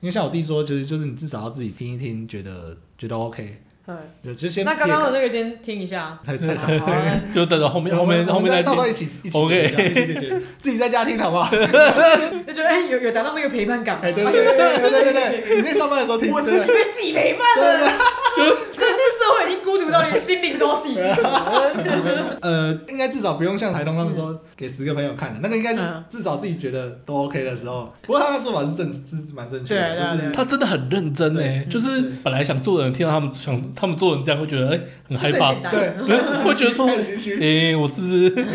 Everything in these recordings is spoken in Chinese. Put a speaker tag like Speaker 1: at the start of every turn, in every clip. Speaker 1: 因为像我弟说，就是就是你至少要自己听一听，觉得觉得 OK，
Speaker 2: 嗯，
Speaker 1: 就就先
Speaker 2: 那刚刚的
Speaker 1: 撇
Speaker 2: 那个先听一下，
Speaker 1: 开太太长
Speaker 2: 好啊好
Speaker 1: 了。
Speaker 2: 好
Speaker 3: 就等到后面
Speaker 1: 我
Speaker 3: 后面
Speaker 1: 们
Speaker 3: 后面
Speaker 1: 再
Speaker 3: 再
Speaker 1: 到时候
Speaker 3: 听。
Speaker 1: 一起一起解
Speaker 3: OK
Speaker 1: 决一起解决，自己在家听好 不好？
Speaker 2: 就觉得哎，有有达到那个陪伴感吗，
Speaker 1: 哎，对对对对对对对，你在上班的时候听，
Speaker 2: 我
Speaker 1: 对对
Speaker 2: 自己被自己陪伴
Speaker 1: 对
Speaker 2: 了，这这社会已经孤独到连心灵都要自己自足了。
Speaker 1: 对，呃，应该至少不用像台东他们说给十个朋友看的，那个应该是
Speaker 2: 嗯
Speaker 1: 至少自己觉得都 OK 的时候。不过他的做法是正是蛮正确的，
Speaker 2: 对对
Speaker 1: 就是
Speaker 2: 对
Speaker 3: 他真的很认真呢，
Speaker 1: 对
Speaker 3: 就是
Speaker 1: 对
Speaker 3: 本来想做的人，听到他们想他们做成这样，会觉得哎很害
Speaker 2: 这
Speaker 3: 怕
Speaker 2: 最简，单
Speaker 1: 对， 不是
Speaker 3: 会觉得说
Speaker 1: 太心虚。
Speaker 3: 哎我是不是？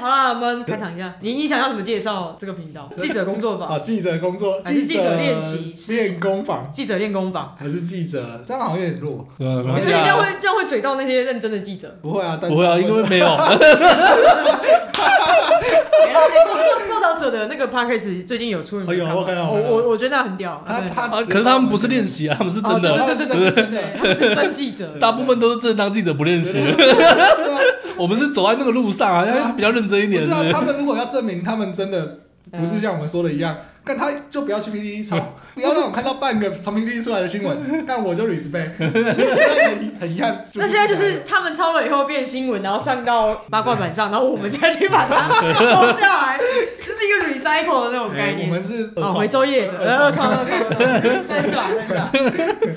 Speaker 2: 好啦，我们开场一下，你你想要怎么介绍这个频道？记者工作坊、
Speaker 1: 啊，记者工作，
Speaker 2: 还是记者练习
Speaker 1: 者练功坊，
Speaker 2: 记者练功坊，
Speaker 1: 还是记者？这样好像有点弱。
Speaker 3: 对吧
Speaker 2: 可
Speaker 3: 没关
Speaker 2: 是
Speaker 3: 系
Speaker 2: 这样
Speaker 3: 啊，
Speaker 2: 会这样会嘴到那些认真的记者。
Speaker 1: 不会啊，但
Speaker 3: 不会啊，因为没 有。
Speaker 2: 哎报报道者的那个 podcast 最近有出，你
Speaker 1: 哎呦
Speaker 2: 看吗
Speaker 1: 我看到我
Speaker 2: 我
Speaker 1: 看到
Speaker 2: 我我觉得那很屌，
Speaker 1: 他
Speaker 2: 对
Speaker 1: 他
Speaker 3: 啊，可是他们不是练，习啊，他们是真
Speaker 2: 哦
Speaker 3: 的，
Speaker 1: 对对对对
Speaker 2: 对，他们是真记者
Speaker 1: 对。
Speaker 3: 大部分都是正当记者不练 习
Speaker 1: 对。
Speaker 3: 我们是走在那个路上啊，要比较认真一
Speaker 1: 不
Speaker 3: 点。
Speaker 1: 是
Speaker 3: 是
Speaker 1: 啊，
Speaker 3: 不是
Speaker 1: 他们如果要证明他们真的不是像我们说的一
Speaker 3: 嗯
Speaker 1: 样，但他就不要去 PPT 抄， 不要让我看到半个从 PPT 出来的新 闻，但我就 respect。但很很遗憾，
Speaker 2: 那现在就是他们抄了以后变新闻，然后上到八卦版上，然后我们再去把它抄下来，这是一个 recycle 的那种概
Speaker 1: 哎，我
Speaker 2: 念。
Speaker 1: 们是
Speaker 2: 哦，回收业者，
Speaker 1: 二
Speaker 2: 呃，创二创，再次吧，再次 吧。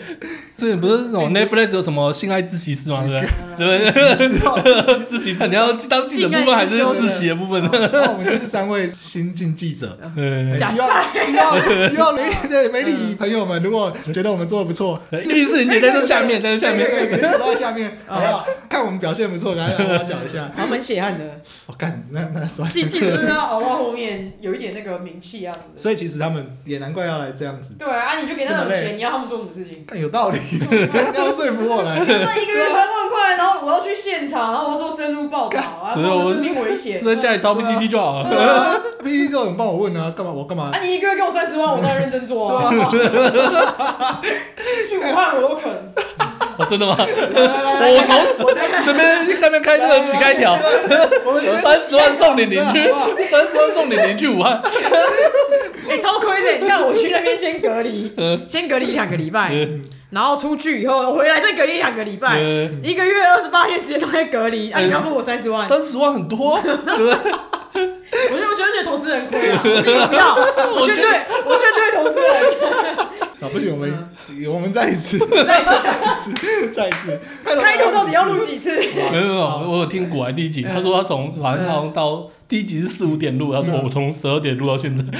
Speaker 3: 之前不是
Speaker 1: 哎
Speaker 3: 那种 Netflix 有什么性爱自习室吗？对不对？对不对？
Speaker 2: 哦
Speaker 1: 创
Speaker 3: 自习室，你要当记者部分还是自习的部分呢？
Speaker 1: 那我们就是三位新晋记 者，哎
Speaker 3: 对，
Speaker 2: 假
Speaker 1: 希望希 望希望媒对媒体朋友们，如果觉得我们做的不错，
Speaker 3: 意思你在这下面，在这下面。
Speaker 1: 对对对，到下面，
Speaker 2: 哦
Speaker 1: 好不好？看我们表现不错，来来我要讲一下。
Speaker 2: 还蛮血汗的，
Speaker 1: 我哦干，那那算。
Speaker 2: 记记者真的要熬到后面有一点那个名气啊什么的。
Speaker 1: 所以其实他们也难怪要来这样子，
Speaker 2: 对啊，你就给他
Speaker 1: 这
Speaker 2: 们
Speaker 1: 么累
Speaker 2: 钱，你要他们做什么事情？
Speaker 1: 看有道理， 要说服我来。
Speaker 2: 他们一个月三万块，然后我要去现场，然后我要做深入报道啊，
Speaker 3: 不是我
Speaker 2: 冒着生命危险。
Speaker 1: 啊
Speaker 3: 在家里抄 PPT 就好了。
Speaker 1: 对啊，PPT 这种帮我问啊，干嘛我干嘛
Speaker 2: 啊，？你一个月给我三十万，我当然认真做 啊。 去武汉我都肯。
Speaker 3: 哦，真的吗？
Speaker 1: 来来来来，
Speaker 3: 我从这边下面开这个起开条，
Speaker 1: 我们直接
Speaker 3: 三十万送你邻居
Speaker 1: 好不好，
Speaker 3: 三十万送你邻居武汉。
Speaker 2: 哎、超亏的！你看我去那边先隔离，
Speaker 3: 嗯
Speaker 2: 先隔离两个礼拜，
Speaker 3: 嗯
Speaker 2: 然后出去以后回来再隔离两个礼拜，
Speaker 3: 嗯
Speaker 2: 一个月二十八天时间都在隔离。啊，你要付我三十万，
Speaker 3: 三十万很 多啊，对不对？
Speaker 2: 我就我觉得觉得投资人亏啊，我觉得不要，我劝对，我劝对投资人。
Speaker 1: 啊，不行，我们
Speaker 2: 嗯
Speaker 1: 我们再一次，
Speaker 2: 再说
Speaker 1: 再一次，
Speaker 2: 开头到底要录几次？
Speaker 3: 没有没有，我有听古玩第一集，他说他从
Speaker 1: 嗯
Speaker 3: 反正他好像到第一集是四五点录，他说我从十二点录到现在，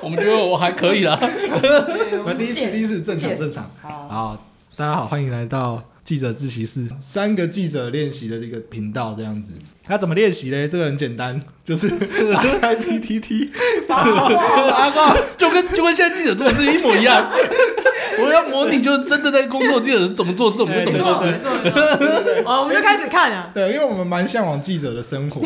Speaker 3: 我们觉得我还可以啦。
Speaker 1: 我们第一次，第一次正常正常。
Speaker 2: 好，
Speaker 1: 好，大家好，欢迎来到记者自习室，三个记者练习的这个频道这样子。那、怎么练习嘞？这个很简单，就是 打开 PTT，八
Speaker 2: 哦
Speaker 1: 卦，
Speaker 3: 就跟就跟现在记者做的事情一模一样。 我要模拟，就是真的在工作，记者怎么做事，我们就怎
Speaker 2: 没
Speaker 3: 么
Speaker 2: 错
Speaker 1: 哎
Speaker 3: 做
Speaker 2: 没错
Speaker 3: 事。
Speaker 2: 没错。
Speaker 1: 对对对
Speaker 2: 好，我们就开始看啊。
Speaker 1: 对，因为我们蛮向往记者的生 活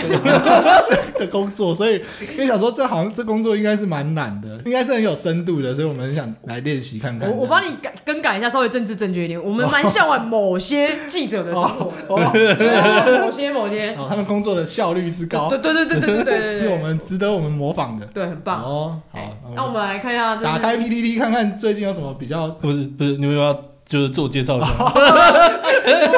Speaker 1: 的工作，所以因为想说这好像这工作应该是蛮难的，应该是很有深度的，所以我们很想来练习看看。
Speaker 2: 我我帮你改更改一下，稍微政治正确一点。我们蛮向往某些记者的生活的，
Speaker 1: 哦，
Speaker 2: 对某些某些，
Speaker 1: 哦，他们工作的效率之高
Speaker 2: 对，对对对对对对对，
Speaker 1: 哦是我们值得我们模仿的。
Speaker 2: 对很棒。
Speaker 1: 哦，
Speaker 2: 哎
Speaker 1: 好，
Speaker 2: 那我们来看一下，就是
Speaker 1: 打开 PPT 看看最近有什么比较。
Speaker 3: 不是不是，你们要就是自我介绍一下。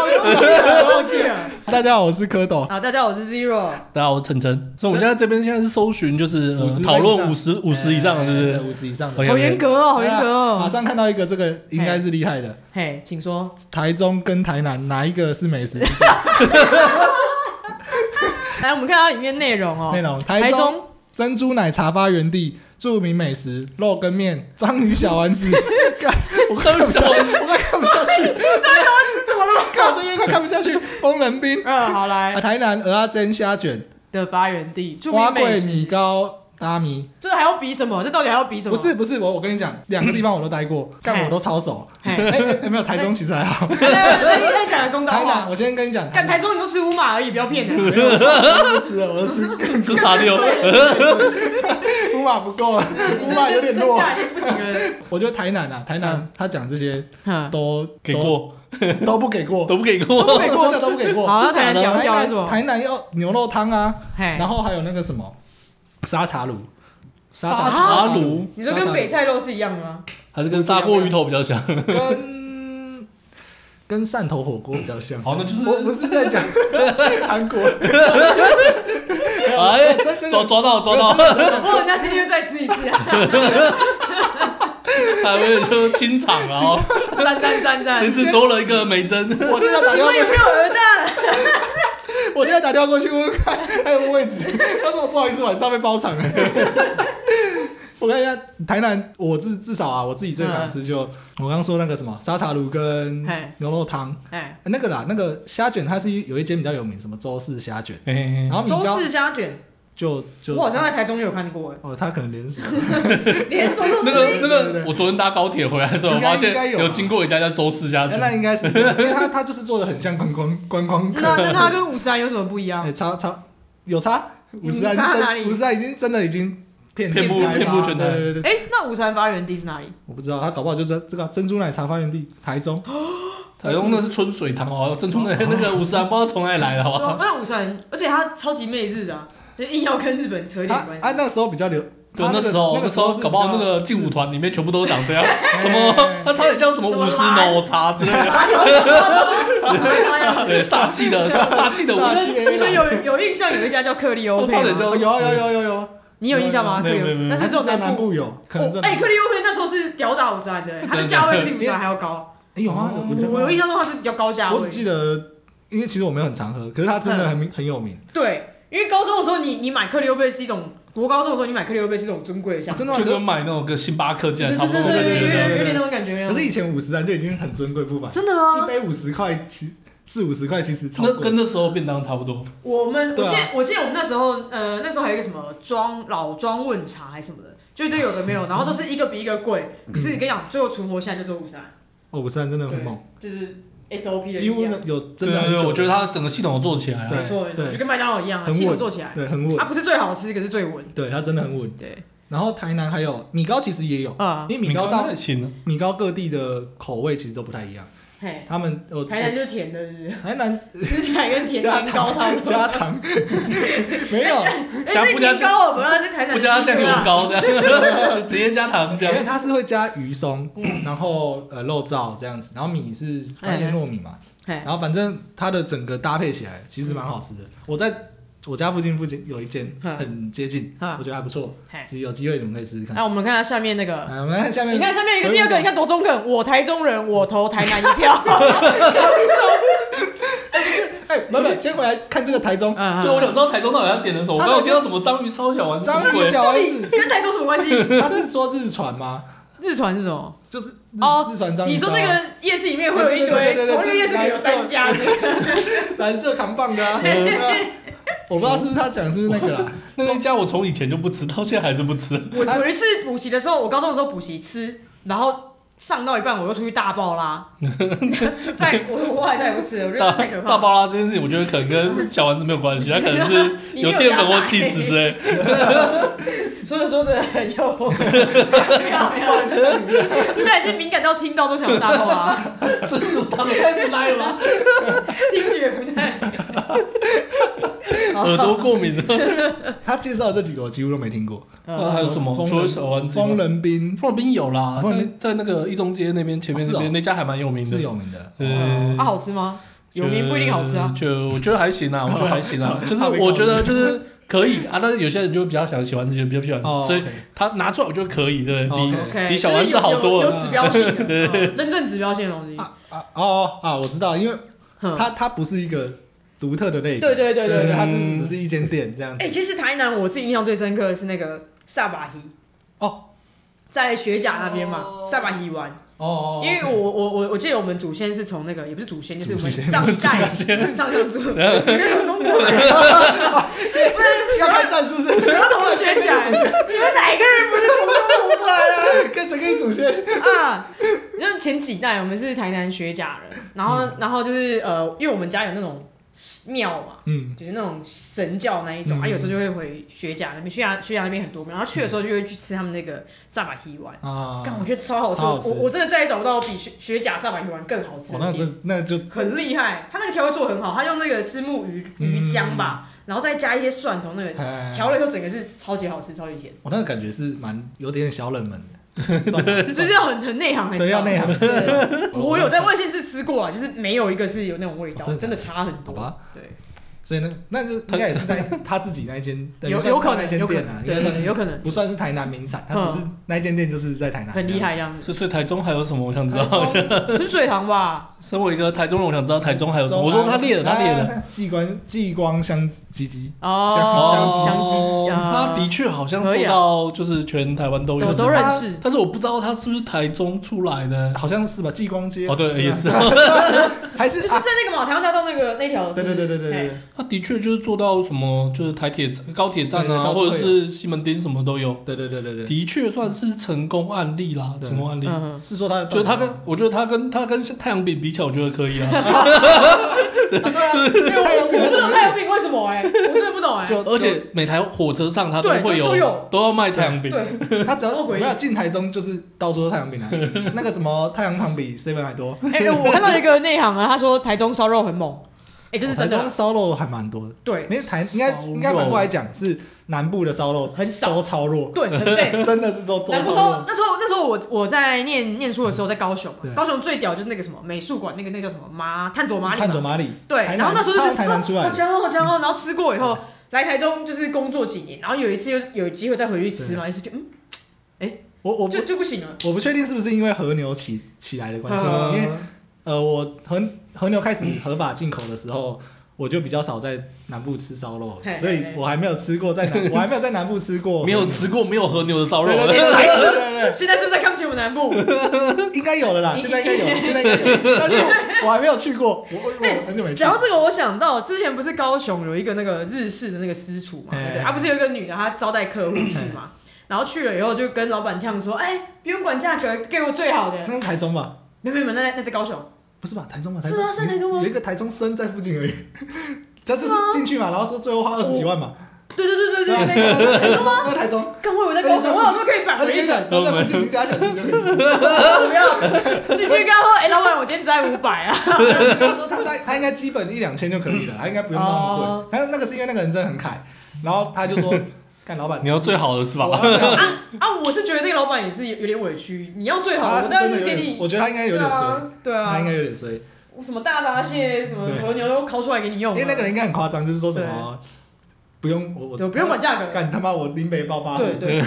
Speaker 2: 忘记了。
Speaker 1: 大 家好，我是蝌蚪。
Speaker 2: 好，大家好，我是 Zero。
Speaker 3: 大家好，我是晨晨。所以我们现在这边现在是搜寻，就是呃讨论五十五十以上，哎是不是？
Speaker 1: 哎五十以上的。
Speaker 3: OK，OK
Speaker 2: 好严格哦，好严格
Speaker 1: 马
Speaker 2: 哦。
Speaker 1: 上看到一个，这个应该是厉害的。
Speaker 2: 嘿，请说。
Speaker 1: 台中跟台南哪一个是美食之都？
Speaker 2: 哎来，我们看它里面内容哦
Speaker 1: 内。容：
Speaker 2: 台
Speaker 1: 台中珍珠奶茶发源地、著名美食肉羹面、章鱼小丸 子。干
Speaker 3: 我刚刚想，
Speaker 1: 我快看不下去，
Speaker 2: 是怎么了？
Speaker 1: 看我这边快看不下去。风人冰
Speaker 2: 嗯，好
Speaker 1: 啊，
Speaker 2: 来
Speaker 1: 台南鹅啊煎虾卷、
Speaker 2: 的发源地，著
Speaker 1: 花
Speaker 2: 名
Speaker 1: 桂
Speaker 2: 美
Speaker 1: 米
Speaker 2: 食。
Speaker 1: 糕、拉米。
Speaker 2: 这还要比什么？这到底还要比什么？
Speaker 1: 不是，不是，我我跟你讲，两个地方我都待过，干我都超熟。
Speaker 2: 嘿，
Speaker 1: 哎、哎没有，台中其实还好。
Speaker 2: 来来来，你再哎讲个公道
Speaker 1: 台南，
Speaker 2: 话。
Speaker 1: 我先跟你讲，
Speaker 2: 干台中你都吃五马而已，不要骗 人。
Speaker 1: 没有，我都吃了，我都吃
Speaker 3: 吃茶 六，哎
Speaker 1: 五马不够了，
Speaker 2: 你
Speaker 1: 五
Speaker 2: 这
Speaker 1: 马有点弱。
Speaker 2: 已经不行了。
Speaker 1: 我觉得台南啊，台南他讲这些
Speaker 2: 嗯
Speaker 1: 都
Speaker 3: 给过
Speaker 1: 都都不给过，
Speaker 3: 都不给过
Speaker 2: 不。给过
Speaker 1: 真的都不给过。
Speaker 2: 好，那台南屌
Speaker 1: 台
Speaker 2: 屌是
Speaker 1: 南
Speaker 2: 什么？哎
Speaker 1: 台南要牛肉汤啊，
Speaker 2: 嘿
Speaker 1: 然，后还有那个什么沙茶卤，沙茶
Speaker 3: 沙茶炉
Speaker 2: 你说跟北菜肉是一样的吗？
Speaker 3: 还是跟砂锅鱼头比较像？
Speaker 1: 跟跟汕头火锅比较像。
Speaker 3: 好那就是
Speaker 1: 我不是在 讲韩国，
Speaker 3: 哎
Speaker 1: 这这，个
Speaker 3: 抓抓到抓到，
Speaker 2: 哦，那今天就再吃一次 啊！
Speaker 3: 还有就是清场啊哦，
Speaker 2: 赞赞赞赞！
Speaker 3: 这次多了一个梅珍。
Speaker 1: 我现在打电
Speaker 2: 请
Speaker 1: 话
Speaker 2: 问
Speaker 1: 过
Speaker 2: 有没
Speaker 1: 去，
Speaker 2: 有鹅 蛋？
Speaker 1: 我现在打电话过去问问看还有没有位置。 他说不好意思，晚上被包场了。 我看一下台南，我至至少啊，我自己最常吃就我刚刚说那个什么沙茶炉跟
Speaker 2: 嗯嘿
Speaker 1: 牛肉汤，
Speaker 2: 哎，
Speaker 1: 那个啦，那个虾卷它是有一间比较有名，什么周氏虾卷，
Speaker 3: 嘿嘿
Speaker 1: 然
Speaker 3: 嘿
Speaker 1: 后米
Speaker 2: 嗯周
Speaker 1: 糕
Speaker 2: 氏虾卷，
Speaker 1: 就就
Speaker 2: 我好像在台中也有看过，
Speaker 1: 哦，他可能连锁，
Speaker 2: 哎连锁都
Speaker 3: 那
Speaker 2: 没
Speaker 3: 个
Speaker 2: 有
Speaker 1: 对对
Speaker 3: 那个
Speaker 1: 对，
Speaker 3: 我昨天搭高铁回来的时候，我
Speaker 1: 应该
Speaker 3: 发
Speaker 1: 应该
Speaker 3: 现
Speaker 1: 有
Speaker 3: 有
Speaker 1: 吧
Speaker 3: 经过一家叫周氏家
Speaker 1: 那
Speaker 3: 居，
Speaker 1: 那应该是，因为他他就是做的很像观光观光客，
Speaker 2: 那那它跟五十岚有什么不一 样
Speaker 1: 哎，？差差有差，五十
Speaker 2: 嗯差哪
Speaker 1: 岚
Speaker 2: 里
Speaker 1: 真五十岚已经真的已经骗
Speaker 3: 遍布
Speaker 1: 台吧
Speaker 3: 遍布全台
Speaker 1: 对对对，对
Speaker 2: 哎，那五十岚发源地是哪里？
Speaker 1: 我不知道他搞不好就这这个珍珠奶茶发源地台中，
Speaker 3: 台中那是春水堂哦，珍珠的那个五十岚不知道从哪里来的，好不
Speaker 2: 对啊，
Speaker 3: 好？
Speaker 2: 那五十岚，而且它超级媚日的啊，就硬要跟日本扯一
Speaker 1: 他
Speaker 2: 点关系
Speaker 1: 啊。那时候比较流，
Speaker 3: 对，
Speaker 1: 他
Speaker 3: 那
Speaker 1: 那
Speaker 3: 时候
Speaker 1: 那
Speaker 3: 那
Speaker 1: 个
Speaker 3: 时候
Speaker 1: 是哎
Speaker 3: 搞不好那个劲舞团里面全部都长 这样，什么他差点叫什么
Speaker 2: 什么
Speaker 3: 五十
Speaker 2: 蓝
Speaker 3: 脑茶之 类的，对，煞气的煞煞气的
Speaker 1: 比
Speaker 3: 舞
Speaker 1: 较，
Speaker 2: 你们你们有有印象有一家叫克利欧
Speaker 3: 我差
Speaker 2: 佩
Speaker 3: 点
Speaker 2: 吗？
Speaker 3: 就
Speaker 1: 哦有有有有有，
Speaker 2: 你有印象吗？克
Speaker 3: 没有
Speaker 2: 利欧
Speaker 3: 没有没有，
Speaker 2: 那
Speaker 1: 还
Speaker 2: 是只有
Speaker 1: 在南
Speaker 2: 部。
Speaker 1: 部有，可能
Speaker 2: 哦
Speaker 1: 在
Speaker 2: 哎，
Speaker 1: 南部
Speaker 2: 克利欧佩那时候是吊打五十岚的，哎它的
Speaker 3: 真的
Speaker 2: 价位是比五十岚还要高。
Speaker 1: 哎有吗？有比较
Speaker 2: 哦我有印象中它是比较高价位
Speaker 1: 我只。记得，因为其实我没有很常喝，可是它真的
Speaker 2: 嗯
Speaker 1: 很名很有名，
Speaker 2: 对，因为高中的时候你你买克利欧贝是一种，国高中的时候你买克利欧贝是一种尊贵的
Speaker 1: 啊
Speaker 2: 象征，
Speaker 1: 真的吗？可
Speaker 3: 就跟
Speaker 1: 是
Speaker 3: 买那种跟星巴克进
Speaker 2: 对对
Speaker 3: 来差不多
Speaker 2: 对
Speaker 3: 的
Speaker 2: 对
Speaker 3: 感
Speaker 2: 对，有
Speaker 3: 觉。
Speaker 2: 点有点那种感觉。
Speaker 1: 可是以前五十岚就已经很尊贵不
Speaker 3: 啊
Speaker 1: 凡，
Speaker 2: 真的
Speaker 1: 一
Speaker 2: 吗？
Speaker 1: 杯五十块，其四五十块其实超
Speaker 3: 那
Speaker 1: 贵
Speaker 3: 跟。那时候便当差不多，
Speaker 2: 我们我
Speaker 1: 对啊
Speaker 2: 记得我记得我们那时候呃那时候还有一个什么庄老庄问茶还是什么的，就一堆有的没有，然后都是一个比一个贵。
Speaker 3: 嗯
Speaker 2: 可是你跟你讲，最后存活下来就是五十岚，
Speaker 1: 哦，五十岚真的
Speaker 2: 对
Speaker 1: 很猛，，
Speaker 2: 就是 SOP 的
Speaker 1: 几乎
Speaker 2: 一样，
Speaker 1: 有真
Speaker 3: 对
Speaker 1: 的
Speaker 3: 对
Speaker 1: 很
Speaker 3: 对，
Speaker 1: 久。
Speaker 3: 我觉得它整个系统有做起来啊。
Speaker 1: 对
Speaker 2: 没错没错，
Speaker 1: 对
Speaker 2: 就跟麦当劳一样啊，
Speaker 1: 很
Speaker 2: 系统
Speaker 1: 稳
Speaker 2: 做起来，啊
Speaker 1: 对很稳
Speaker 2: 它，不是最好吃，可是最稳。
Speaker 1: 对它真的很稳。
Speaker 2: 对
Speaker 1: 然后台南还有米糕，其实也有，
Speaker 2: 啊，
Speaker 1: 因为米糕
Speaker 3: 大
Speaker 1: 大
Speaker 3: 太轻了，
Speaker 1: 米糕各地的口味其实都不太一样。
Speaker 2: 嘿，
Speaker 1: 他们呃
Speaker 2: 台南就是甜的，是不是？
Speaker 1: 台南
Speaker 2: 吃起来跟甜
Speaker 1: 加
Speaker 2: 年糕差不
Speaker 1: 糖
Speaker 2: 多。
Speaker 1: 加 糖没有，
Speaker 2: 哎，
Speaker 3: 加
Speaker 2: 这
Speaker 3: 不加
Speaker 2: 年糕我们要在台南
Speaker 3: 不加酱油
Speaker 2: 啊，
Speaker 3: 膏这样，直接加糖
Speaker 1: 因
Speaker 3: 浆。
Speaker 1: 为它是会加鱼松，
Speaker 2: 嗯
Speaker 1: 然后呃肉燥这样子，然后米是
Speaker 2: 哎
Speaker 1: 发现糯米嘛，
Speaker 2: 嘿
Speaker 1: 然后反正它的整个搭配起来其实蛮好吃的。我在我家附近附近有一间
Speaker 2: 嗯
Speaker 1: 很接近，
Speaker 2: 嗯
Speaker 1: 我觉得还不错，
Speaker 2: 嘿，
Speaker 1: 其实有机会你们可以试试看。
Speaker 2: 那我们看下下面那个。
Speaker 1: 来，我们看下面，
Speaker 2: 嗯你看下面一个
Speaker 1: 回
Speaker 2: 第二个，
Speaker 1: 顾
Speaker 2: 你看多中肯，我台中人，我投台南一 票。
Speaker 1: 哎，老板，先回来看这个台中
Speaker 2: 嗯
Speaker 3: 对，我想知道台中到底要点的什么。我
Speaker 1: 他
Speaker 3: 刚
Speaker 1: 到
Speaker 3: 刚
Speaker 1: 底
Speaker 3: 听到什么章鱼烧小丸子
Speaker 1: 哎章
Speaker 3: 什么
Speaker 1: 鱼
Speaker 3: 鬼，
Speaker 1: 小
Speaker 2: 到
Speaker 1: 丸
Speaker 2: 底
Speaker 1: 子，
Speaker 2: 跟台中什么关系？
Speaker 1: 他是说日传吗？
Speaker 2: 日传是什么？
Speaker 1: 就是日
Speaker 2: 哦
Speaker 1: 日传章鱼
Speaker 2: 你
Speaker 1: 烧
Speaker 2: 说
Speaker 1: 啊，
Speaker 2: 那个夜市里面会有一
Speaker 1: 对对对
Speaker 2: 堆，
Speaker 1: 对对对
Speaker 2: 同一个夜市里有三家，
Speaker 1: 蓝色扛棒的 啊，对啊我不知道是不是他讲是不是那个啦，
Speaker 3: 那个一家我从以前就不吃，到现在还是不吃。
Speaker 2: 我有一次补习的时候，我高中的时候补习吃，然后上到一半我又出去大 爆啦，在我我还在不吃，我觉得
Speaker 3: 大
Speaker 2: 太可怕
Speaker 3: 大
Speaker 2: 了。
Speaker 3: 爆拉这件事情，我觉得可能跟小丸子没有关系，它可能是
Speaker 2: 你
Speaker 3: 有
Speaker 2: 没有
Speaker 3: 淀粉
Speaker 2: 加
Speaker 3: 或
Speaker 2: 奶
Speaker 3: 气死 之类。
Speaker 2: 说着说着很 诱惑，没有没有现在已经敏感到听到都想要大爆啦，
Speaker 3: 这个汤也太不赖了吧，
Speaker 2: 听觉不太。
Speaker 3: 耳朵过 敏了。
Speaker 1: 他介绍的这几个我几乎都没听过，
Speaker 3: 啊还有什么
Speaker 1: 疯？人
Speaker 3: 除了小丸子以外，
Speaker 1: 风人冰
Speaker 3: 风人冰有啦，
Speaker 1: 风人
Speaker 3: 在
Speaker 1: 冰
Speaker 3: 在那个一中街那边前面
Speaker 1: 哦是哦
Speaker 3: 那边那家还蛮有名的
Speaker 1: 是。哦有名的，
Speaker 3: 呃
Speaker 2: 啊，好吃吗？有名不一定好吃啊。
Speaker 3: 就就我觉得 还行啊，我觉得还行啊，就是我觉得就是可以啊，但是有些人就比较想喜欢吃，比较不喜欢吃，嗯所以
Speaker 1: 哦 OK
Speaker 3: 他拿出来我觉得可以，对，
Speaker 1: 哦
Speaker 3: 比
Speaker 2: OK，
Speaker 3: 比小丸子好多
Speaker 2: 有
Speaker 3: 了。
Speaker 2: 有指标性的，哦真正指标性的东西。
Speaker 1: 啊啊哦啊，我知道，因为
Speaker 2: 哼
Speaker 1: 它它不是一个独特的类别，
Speaker 2: 对对对对对
Speaker 1: 它只是只是一间店这样子
Speaker 2: 哎、。其实台南我自己印象最深刻的是那个萨巴希
Speaker 1: 哦，
Speaker 2: 在学甲那边嘛
Speaker 1: 哦，
Speaker 2: 萨巴希湾。
Speaker 1: 哦哦，哦
Speaker 2: 因为我我我我记得我们祖先是从那个也不是祖先，就是我们
Speaker 1: 祖
Speaker 2: 上一代上上祖，因为从中国来的，
Speaker 1: 要开战是不是？
Speaker 2: 不要同我圈起来，你们哪一个人不是从中国过来的？
Speaker 1: 跟谁跟你祖先？
Speaker 2: 啊，就是前几代我们是台南学甲人，然后、然后就是呃，因为我们家有那种庙嘛，
Speaker 1: 嗯，
Speaker 2: 就是那种神教那一
Speaker 1: 嗯
Speaker 2: 种，
Speaker 1: 嗯
Speaker 2: 啊，有时候就会回学甲那边，学甲学甲那边很多庙，然后去的时候就会去吃他们那个萨巴希丸，
Speaker 1: 啊，
Speaker 2: 干、我觉得超好吃，
Speaker 1: 超好吃
Speaker 2: 我我真的再也找不到比学学甲萨巴希丸更好吃
Speaker 1: 哇
Speaker 2: 的
Speaker 1: 哦那
Speaker 2: 店。
Speaker 1: 真那就
Speaker 2: 很厉害，他那个调味做得很好，他用那个是木鱼鱼
Speaker 1: 嗯
Speaker 2: 浆吧，然后再加一些蒜头那个，
Speaker 1: 哎哦
Speaker 2: 调了以后整个是超级好吃，超 级甜，
Speaker 1: 我那个感觉是蛮有点小冷门的，算 了
Speaker 2: 就是要很很内行还是
Speaker 1: 对要内行
Speaker 2: 对我有在外县市吃过啊，就是没有一个是有那种味
Speaker 1: 哦
Speaker 2: 道，
Speaker 1: 真的
Speaker 2: 真的差很
Speaker 1: 好
Speaker 2: 多。
Speaker 1: 吧。
Speaker 2: 对，
Speaker 1: 所以那那就应该也是在他自己那一间，对
Speaker 2: 有
Speaker 1: 算是
Speaker 2: 有可
Speaker 1: 他那
Speaker 2: 能，
Speaker 1: 间
Speaker 2: 有可
Speaker 1: 店啊，
Speaker 2: 能，
Speaker 1: 应该
Speaker 2: 对
Speaker 1: 算
Speaker 2: 对，
Speaker 1: 是
Speaker 2: 有 可能
Speaker 1: 不算是台南名产，他只是那一间店就是在台南，
Speaker 2: 嗯很厉害这样子。
Speaker 3: 所以所以台中还有什么？我想
Speaker 1: 这
Speaker 3: 知
Speaker 1: 样
Speaker 3: 道。
Speaker 1: 子。台中
Speaker 2: 春水堂吧，
Speaker 3: 身为一个台中人，我想知道台中还有什么。
Speaker 1: 中
Speaker 3: 我说他裂了，他裂
Speaker 1: 啊
Speaker 3: 了。。
Speaker 1: 激光激光香鸡鸡，
Speaker 2: 哦，香
Speaker 3: 哦
Speaker 2: 鸡，，
Speaker 3: 他
Speaker 2: 啊
Speaker 3: 的确好像
Speaker 2: 可以
Speaker 3: 做
Speaker 2: 啊
Speaker 3: 到，就是全台湾都有
Speaker 2: 我。都认识。
Speaker 3: 但是我不知道他是不是台中出来的。
Speaker 1: 好像是吧？激光街
Speaker 3: 哦，对，也，是，
Speaker 1: 啊还是
Speaker 2: 就是
Speaker 1: 啊
Speaker 2: 在那个嘛，台湾大道那个那条，
Speaker 1: 对对对对对对
Speaker 2: 哎
Speaker 1: 对，
Speaker 3: 他的确就是做到什么，就是台铁站高铁站
Speaker 1: 对对
Speaker 3: 啊，
Speaker 1: 到处会有
Speaker 3: 或者是西门町什么都有，
Speaker 1: 对对对对对，
Speaker 3: 的确算是成功案例啦，
Speaker 1: 对
Speaker 3: 成功案例。
Speaker 2: 嗯，
Speaker 1: 是说他
Speaker 3: 就是他跟我觉得他跟他跟太阳饼比起来，我觉得可以啊。
Speaker 1: 啊对啊，
Speaker 2: 没有，
Speaker 1: 太
Speaker 2: 哎
Speaker 1: 阳
Speaker 2: 我我
Speaker 1: 饼
Speaker 2: 不知道太阳饼为什么哎，我真的不 懂哎，
Speaker 1: 就
Speaker 3: 而且每台火车上他都
Speaker 2: 对
Speaker 3: 会
Speaker 2: 都有
Speaker 3: 都要卖太阳饼。
Speaker 2: 对，
Speaker 1: 他只要
Speaker 2: 超诡
Speaker 1: 没
Speaker 2: 异
Speaker 1: 有进台中，就是到处都太阳 饼啊，那个什么太阳糖比 seven 还多，
Speaker 2: 哎，我看到一个内行啊，他说台中烧肉很猛，哎，这是
Speaker 1: 哦台
Speaker 2: 真
Speaker 1: 中
Speaker 2: 的，
Speaker 1: 烧肉还蛮多的。
Speaker 2: 对，
Speaker 1: 没有台应该
Speaker 3: 烧肉
Speaker 1: 应该反过来讲是南部的烧肉
Speaker 2: 很 少，
Speaker 1: 都超弱，
Speaker 2: 对，很 废。
Speaker 1: 真的是都都
Speaker 2: 南部
Speaker 1: 超
Speaker 2: 说
Speaker 1: 弱。
Speaker 2: 那时候那时候我我在念念书的时候在高雄嘛
Speaker 1: 对，
Speaker 2: 高雄最屌就是那个什么美术馆那个那个叫什么麻炭佐麻里
Speaker 1: 探佐
Speaker 2: 嘛，
Speaker 1: 马里，
Speaker 2: 对，
Speaker 1: 台南
Speaker 2: 然后那时候就
Speaker 1: 他
Speaker 2: 觉
Speaker 1: 从
Speaker 2: 得
Speaker 1: 台南出
Speaker 2: 啊
Speaker 1: 来
Speaker 2: 好
Speaker 1: 的，
Speaker 2: 香哦好香哦，然后吃过以后来台中就是工作几年，然后有一次又有机会再回去吃嘛，一次就嗯
Speaker 1: 我我不
Speaker 2: 就就不行了，
Speaker 1: 我不确定是不是因为和牛起起来的关系，
Speaker 2: 嗯
Speaker 1: 因为呃我和和牛开始合法进口的时候。我就比较少在南部吃烧肉
Speaker 2: 嘿，嘿
Speaker 1: 所以我还没有吃过在南，我还没有在南部吃过，
Speaker 3: 没有吃过没有和牛的烧肉
Speaker 1: 对，对对对对对
Speaker 2: 现在是不是在看起我们南部？
Speaker 1: 对，应该有了啦，现在应该有，现在应该有，但是我我还没有去过，我我我很久没去
Speaker 2: 讲，到这个，我想到之前不是高雄有一个那个日式的那个私厨嘛，
Speaker 1: 哎
Speaker 2: 对不对？啊，不是有一个女的，她招待客户是吗？然后去了以后就跟老板呛说：“哎、不用管价格，给我最好的。
Speaker 1: 那是台中吧？
Speaker 2: 没”没有没有，那那在高雄，
Speaker 1: 不是吧？台中吧？
Speaker 2: 是吗
Speaker 1: 台中
Speaker 2: 是台中吗
Speaker 1: 有一个台中生在附近而已，他就是
Speaker 2: 是吗
Speaker 1: 进去嘛，然后说最后花二十几万嘛，
Speaker 2: 对对对对
Speaker 1: 对啊
Speaker 2: 对，那个
Speaker 1: 台中吗？那台中，
Speaker 2: 刚我有在高雄，我好像可以摆
Speaker 1: 而 且
Speaker 2: 回
Speaker 1: 跟
Speaker 2: 一
Speaker 1: 你
Speaker 2: 层，
Speaker 1: 讲，都在附近，你只要想吃就可以吃。
Speaker 2: 不要进去跟他说：“哎、老板，我今天只在五百啊。
Speaker 1: 他说他他他应该基本一两千就可以了，他应该不用那么
Speaker 2: 哦
Speaker 1: 贵。他那个是因为那个人真的很凯，然后他就说，看老板
Speaker 3: 你要最好的是”吧？
Speaker 1: 我要这样
Speaker 2: 啊啊！我是觉得那个老板也是有有点委屈，你要最好，
Speaker 1: 他
Speaker 2: 我
Speaker 1: 是
Speaker 2: 当然
Speaker 1: 真
Speaker 2: 就
Speaker 1: 的
Speaker 2: 是
Speaker 1: 有
Speaker 2: 给
Speaker 1: 点，
Speaker 2: 你。
Speaker 1: 我觉得他应该有
Speaker 2: 对
Speaker 1: 点衰，
Speaker 2: 啊，对
Speaker 1: 他应该
Speaker 2: 啊，
Speaker 1: 有点衰，因
Speaker 2: 我什么大闸蟹、什么
Speaker 1: 对
Speaker 2: 和牛都抠出来给你用嘛，啊
Speaker 1: 为那个人应该很夸张，就是说什么不用我我啊
Speaker 2: 对，不用管价格，
Speaker 1: 干他妈我林北爆发户
Speaker 2: 对 对，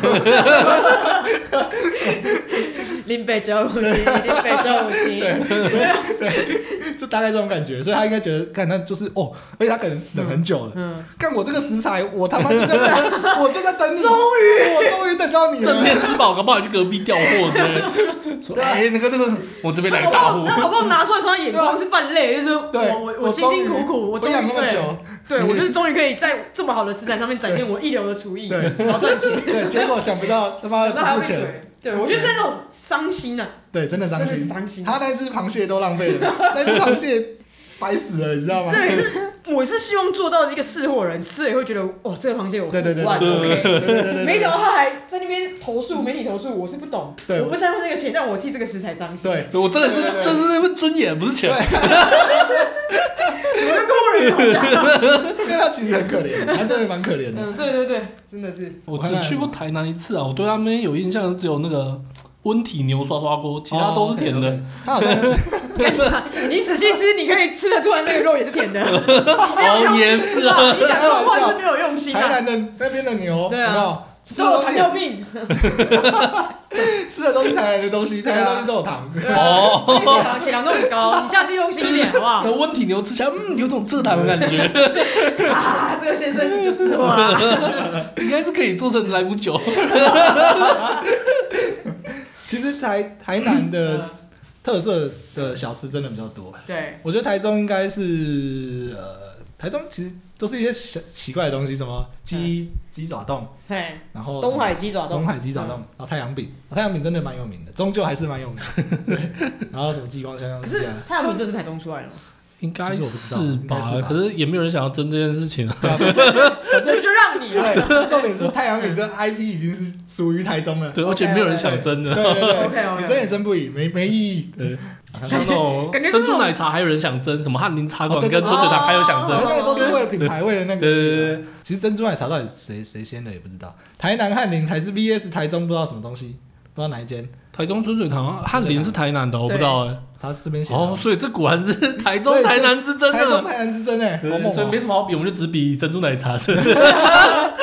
Speaker 2: 林北交五斤，林北交五斤，
Speaker 1: 就大概这种感觉，所以他应该觉得，看他就是哦，而且他可能等很久了。
Speaker 2: 嗯，
Speaker 1: 干我这个食材，我他妈就在等，我就在等你，终于，我终于等到你
Speaker 3: 正
Speaker 1: 了。
Speaker 3: 面之宝，搞不好去隔壁调货之 类的。说
Speaker 1: 对啊
Speaker 3: 哎，那个那个，我这边来
Speaker 2: 他
Speaker 3: 个
Speaker 2: 搞不
Speaker 3: 大
Speaker 2: 好
Speaker 3: 户，
Speaker 2: 他搞不好拿出来说他眼光是泛泪，就是我
Speaker 1: 对，啊
Speaker 2: 我我辛辛苦苦，我终
Speaker 1: 终于
Speaker 2: 于
Speaker 1: 养那么
Speaker 2: 对，
Speaker 1: 久，
Speaker 2: 对我就是终于可以在这么好的食材上面展现我一流的厨艺，
Speaker 1: 对啊
Speaker 2: 然后赚钱，
Speaker 1: 对，结果想不到他妈
Speaker 2: 那还
Speaker 1: 的不
Speaker 2: 要
Speaker 1: 付
Speaker 2: 被
Speaker 1: 钱，
Speaker 2: 嘴，对我觉得是那种伤心啊，
Speaker 1: 对，真的
Speaker 2: 真
Speaker 1: 伤
Speaker 2: 的是
Speaker 1: 心。
Speaker 2: 伤心。
Speaker 1: 他那只螃蟹都浪费了，那只螃蟹白死了，你知道吗？
Speaker 2: 对，就是我是希望做到一个识货人，吃了也会觉得哇，这个螃蟹我付
Speaker 1: 对对对
Speaker 2: 五万
Speaker 1: 对对
Speaker 2: OK，
Speaker 1: 对对对对，
Speaker 2: 没想到他还在那边投诉，媒体投诉，我是不懂，
Speaker 1: 对
Speaker 2: 我不在乎那个钱，但我替这个食材伤心。
Speaker 1: 对
Speaker 3: 我真的是
Speaker 1: 对对对
Speaker 3: 真是那个尊严，不是钱。
Speaker 2: 你们跟我人好 像。
Speaker 1: 对，因为他其实很可怜，他真的蛮可怜的。
Speaker 2: 嗯，对对对，真的是。
Speaker 3: 我只去过台南一次啊，我对他们有印象只有那个温体牛刷刷锅，其他都是甜的。
Speaker 1: 他好像
Speaker 2: 哎你仔细吃，你可以吃得出来那个肉也是 甜的。哎
Speaker 1: 哎
Speaker 3: 哦，也是啊，
Speaker 2: 你讲这种话就是没有用 心
Speaker 1: 台
Speaker 2: 啊。
Speaker 1: 南的那边的牛，
Speaker 2: 对啊
Speaker 1: 有没有吃
Speaker 2: 所
Speaker 1: 的
Speaker 2: 有
Speaker 1: 东西
Speaker 2: 糖
Speaker 1: 也
Speaker 2: 尿
Speaker 1: 是
Speaker 2: 病，
Speaker 1: 吃的都是台南的东西，
Speaker 2: 对啊
Speaker 1: 台南东西都有糖。
Speaker 2: 对
Speaker 1: 哦
Speaker 2: 啊你血糖血糖都很 高，你下次用心一点好不好
Speaker 3: 那？温体牛吃起来，嗯，有种蔗糖的感觉，
Speaker 2: 啊，这个先生你就死我 了。
Speaker 3: 应该是可以做成来不久。
Speaker 1: 其实台台南的特色的小吃真的比较多，
Speaker 2: 对，
Speaker 1: 我觉得台中应该是呃，台中其实都是一些小奇怪的东西，什么鸡鸡爪冻，
Speaker 2: 嘿，
Speaker 1: 然后什么
Speaker 2: 东海鸡爪冻，
Speaker 1: 东海鸡爪冻，然后嗯哦太阳饼，太阳饼真的蛮有名的，终究还是蛮有名的。 对然后什么激光香香
Speaker 2: 可
Speaker 1: 鸡
Speaker 2: 是
Speaker 1: 啊，
Speaker 2: 太阳饼这是台中出来的吗？
Speaker 3: 应该
Speaker 1: 其实我不知道
Speaker 3: 是
Speaker 1: 应该是
Speaker 3: 吧？
Speaker 1: 吧
Speaker 3: 可是也没有人想要争这件事 情啊。
Speaker 2: 就就让你啊了。
Speaker 1: 对，重点是太阳饼这 IP 已经是属于台中了。
Speaker 3: 对，
Speaker 2: OK，
Speaker 3: 而且没有人想争
Speaker 1: 对
Speaker 3: 的。
Speaker 1: 对对，
Speaker 2: OK，OK
Speaker 1: 你争也争不赢，没没意义。
Speaker 3: 对，像那种
Speaker 2: 感觉是那种
Speaker 3: 珍珠奶茶，还有人想争什么汉宁茶馆
Speaker 1: 哦对
Speaker 3: 跟
Speaker 1: 对
Speaker 3: 春水堂，还有想
Speaker 1: 对
Speaker 3: 争
Speaker 2: 哦。
Speaker 1: 那个都是为了品牌，为了那个。
Speaker 3: 对对对对
Speaker 1: 其实珍珠奶茶到底谁谁先的也不知道，台南汉宁还是 VS 台中不知道什么东西，不知道哪一间，
Speaker 3: 台中春水堂，汉林是台南的，我不知道哎。
Speaker 1: 他这边写的。
Speaker 3: 哦，所以这果然是 台中
Speaker 1: 所以是
Speaker 3: 台南之争
Speaker 1: 台中
Speaker 3: 的。
Speaker 1: 台南之争哎，好
Speaker 3: 对
Speaker 1: 猛
Speaker 3: 所以
Speaker 1: 哦！
Speaker 3: 没什么好比，我们就只比珍珠奶茶是。
Speaker 1: 那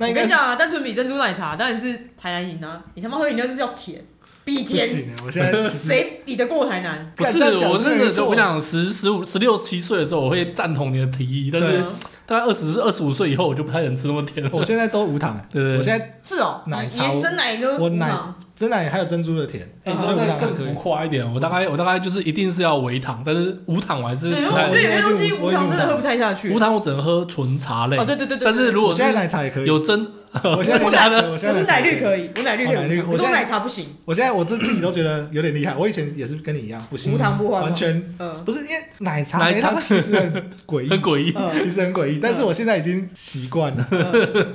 Speaker 2: 我
Speaker 1: 应
Speaker 2: 跟
Speaker 1: 该是
Speaker 2: 你讲啊，单纯比珍珠奶茶当然是台南赢啊！你他妈喝饮料就是要甜，比
Speaker 1: 不
Speaker 2: 甜，
Speaker 1: 行，我现在其实
Speaker 2: 谁比得过台南？
Speaker 3: 不是
Speaker 1: 干这样，讲
Speaker 3: 我
Speaker 1: 是
Speaker 3: 真
Speaker 1: 没
Speaker 3: 的
Speaker 1: 错
Speaker 3: 我跟你讲，十十五、十六七岁的时候，我会赞同你的提议，但
Speaker 1: 对
Speaker 3: 是
Speaker 2: 嗯
Speaker 3: 大概二十、二十五岁以后，我就不太能吃那么甜了。
Speaker 1: 我现在都无糖哎，
Speaker 3: 对对对
Speaker 1: 我现在
Speaker 2: 是哦，
Speaker 1: 奶茶
Speaker 2: 连真奶都嗯
Speaker 1: 我
Speaker 2: 无糖
Speaker 1: 奶真奶还有珍珠的甜，
Speaker 3: 哎，你
Speaker 1: 所以无
Speaker 3: 再
Speaker 1: 糖还
Speaker 3: 更
Speaker 1: 可
Speaker 3: 浮
Speaker 1: 以。
Speaker 3: 夸一点，我大概我大概就是一定是要微糖，但是无糖我还是
Speaker 2: 对，因为我
Speaker 3: 不
Speaker 2: 觉
Speaker 3: 太
Speaker 2: 得有些东西
Speaker 1: 我
Speaker 2: 无糖真的喝不太下去。
Speaker 3: 无糖，我只能喝纯茶类。
Speaker 2: 哦，对对对对，
Speaker 3: 但是如
Speaker 1: 我
Speaker 3: 果是
Speaker 1: 现在奶茶也可以，
Speaker 3: 有真，
Speaker 1: 我现在
Speaker 3: 真的假的
Speaker 1: 我现
Speaker 2: 我
Speaker 1: 在
Speaker 2: 是奶绿
Speaker 1: 以。
Speaker 2: 可以，我奶绿可
Speaker 1: 哦奶绿
Speaker 2: 以无糖，可
Speaker 1: 我
Speaker 2: 是
Speaker 1: 现
Speaker 2: 我
Speaker 1: 在
Speaker 2: 奶茶不行。
Speaker 1: 我现在我自自己都觉得有点厉害，我以前也是跟你一样不行，
Speaker 2: 无糖不欢吗
Speaker 1: 完全
Speaker 2: 嗯
Speaker 1: 不是因为奶茶，
Speaker 3: 奶茶
Speaker 1: 它其实 很诡
Speaker 3: 很
Speaker 1: 异，
Speaker 3: 诡异。
Speaker 2: 嗯，
Speaker 1: 其实很诡异，但是我现在已经习惯了，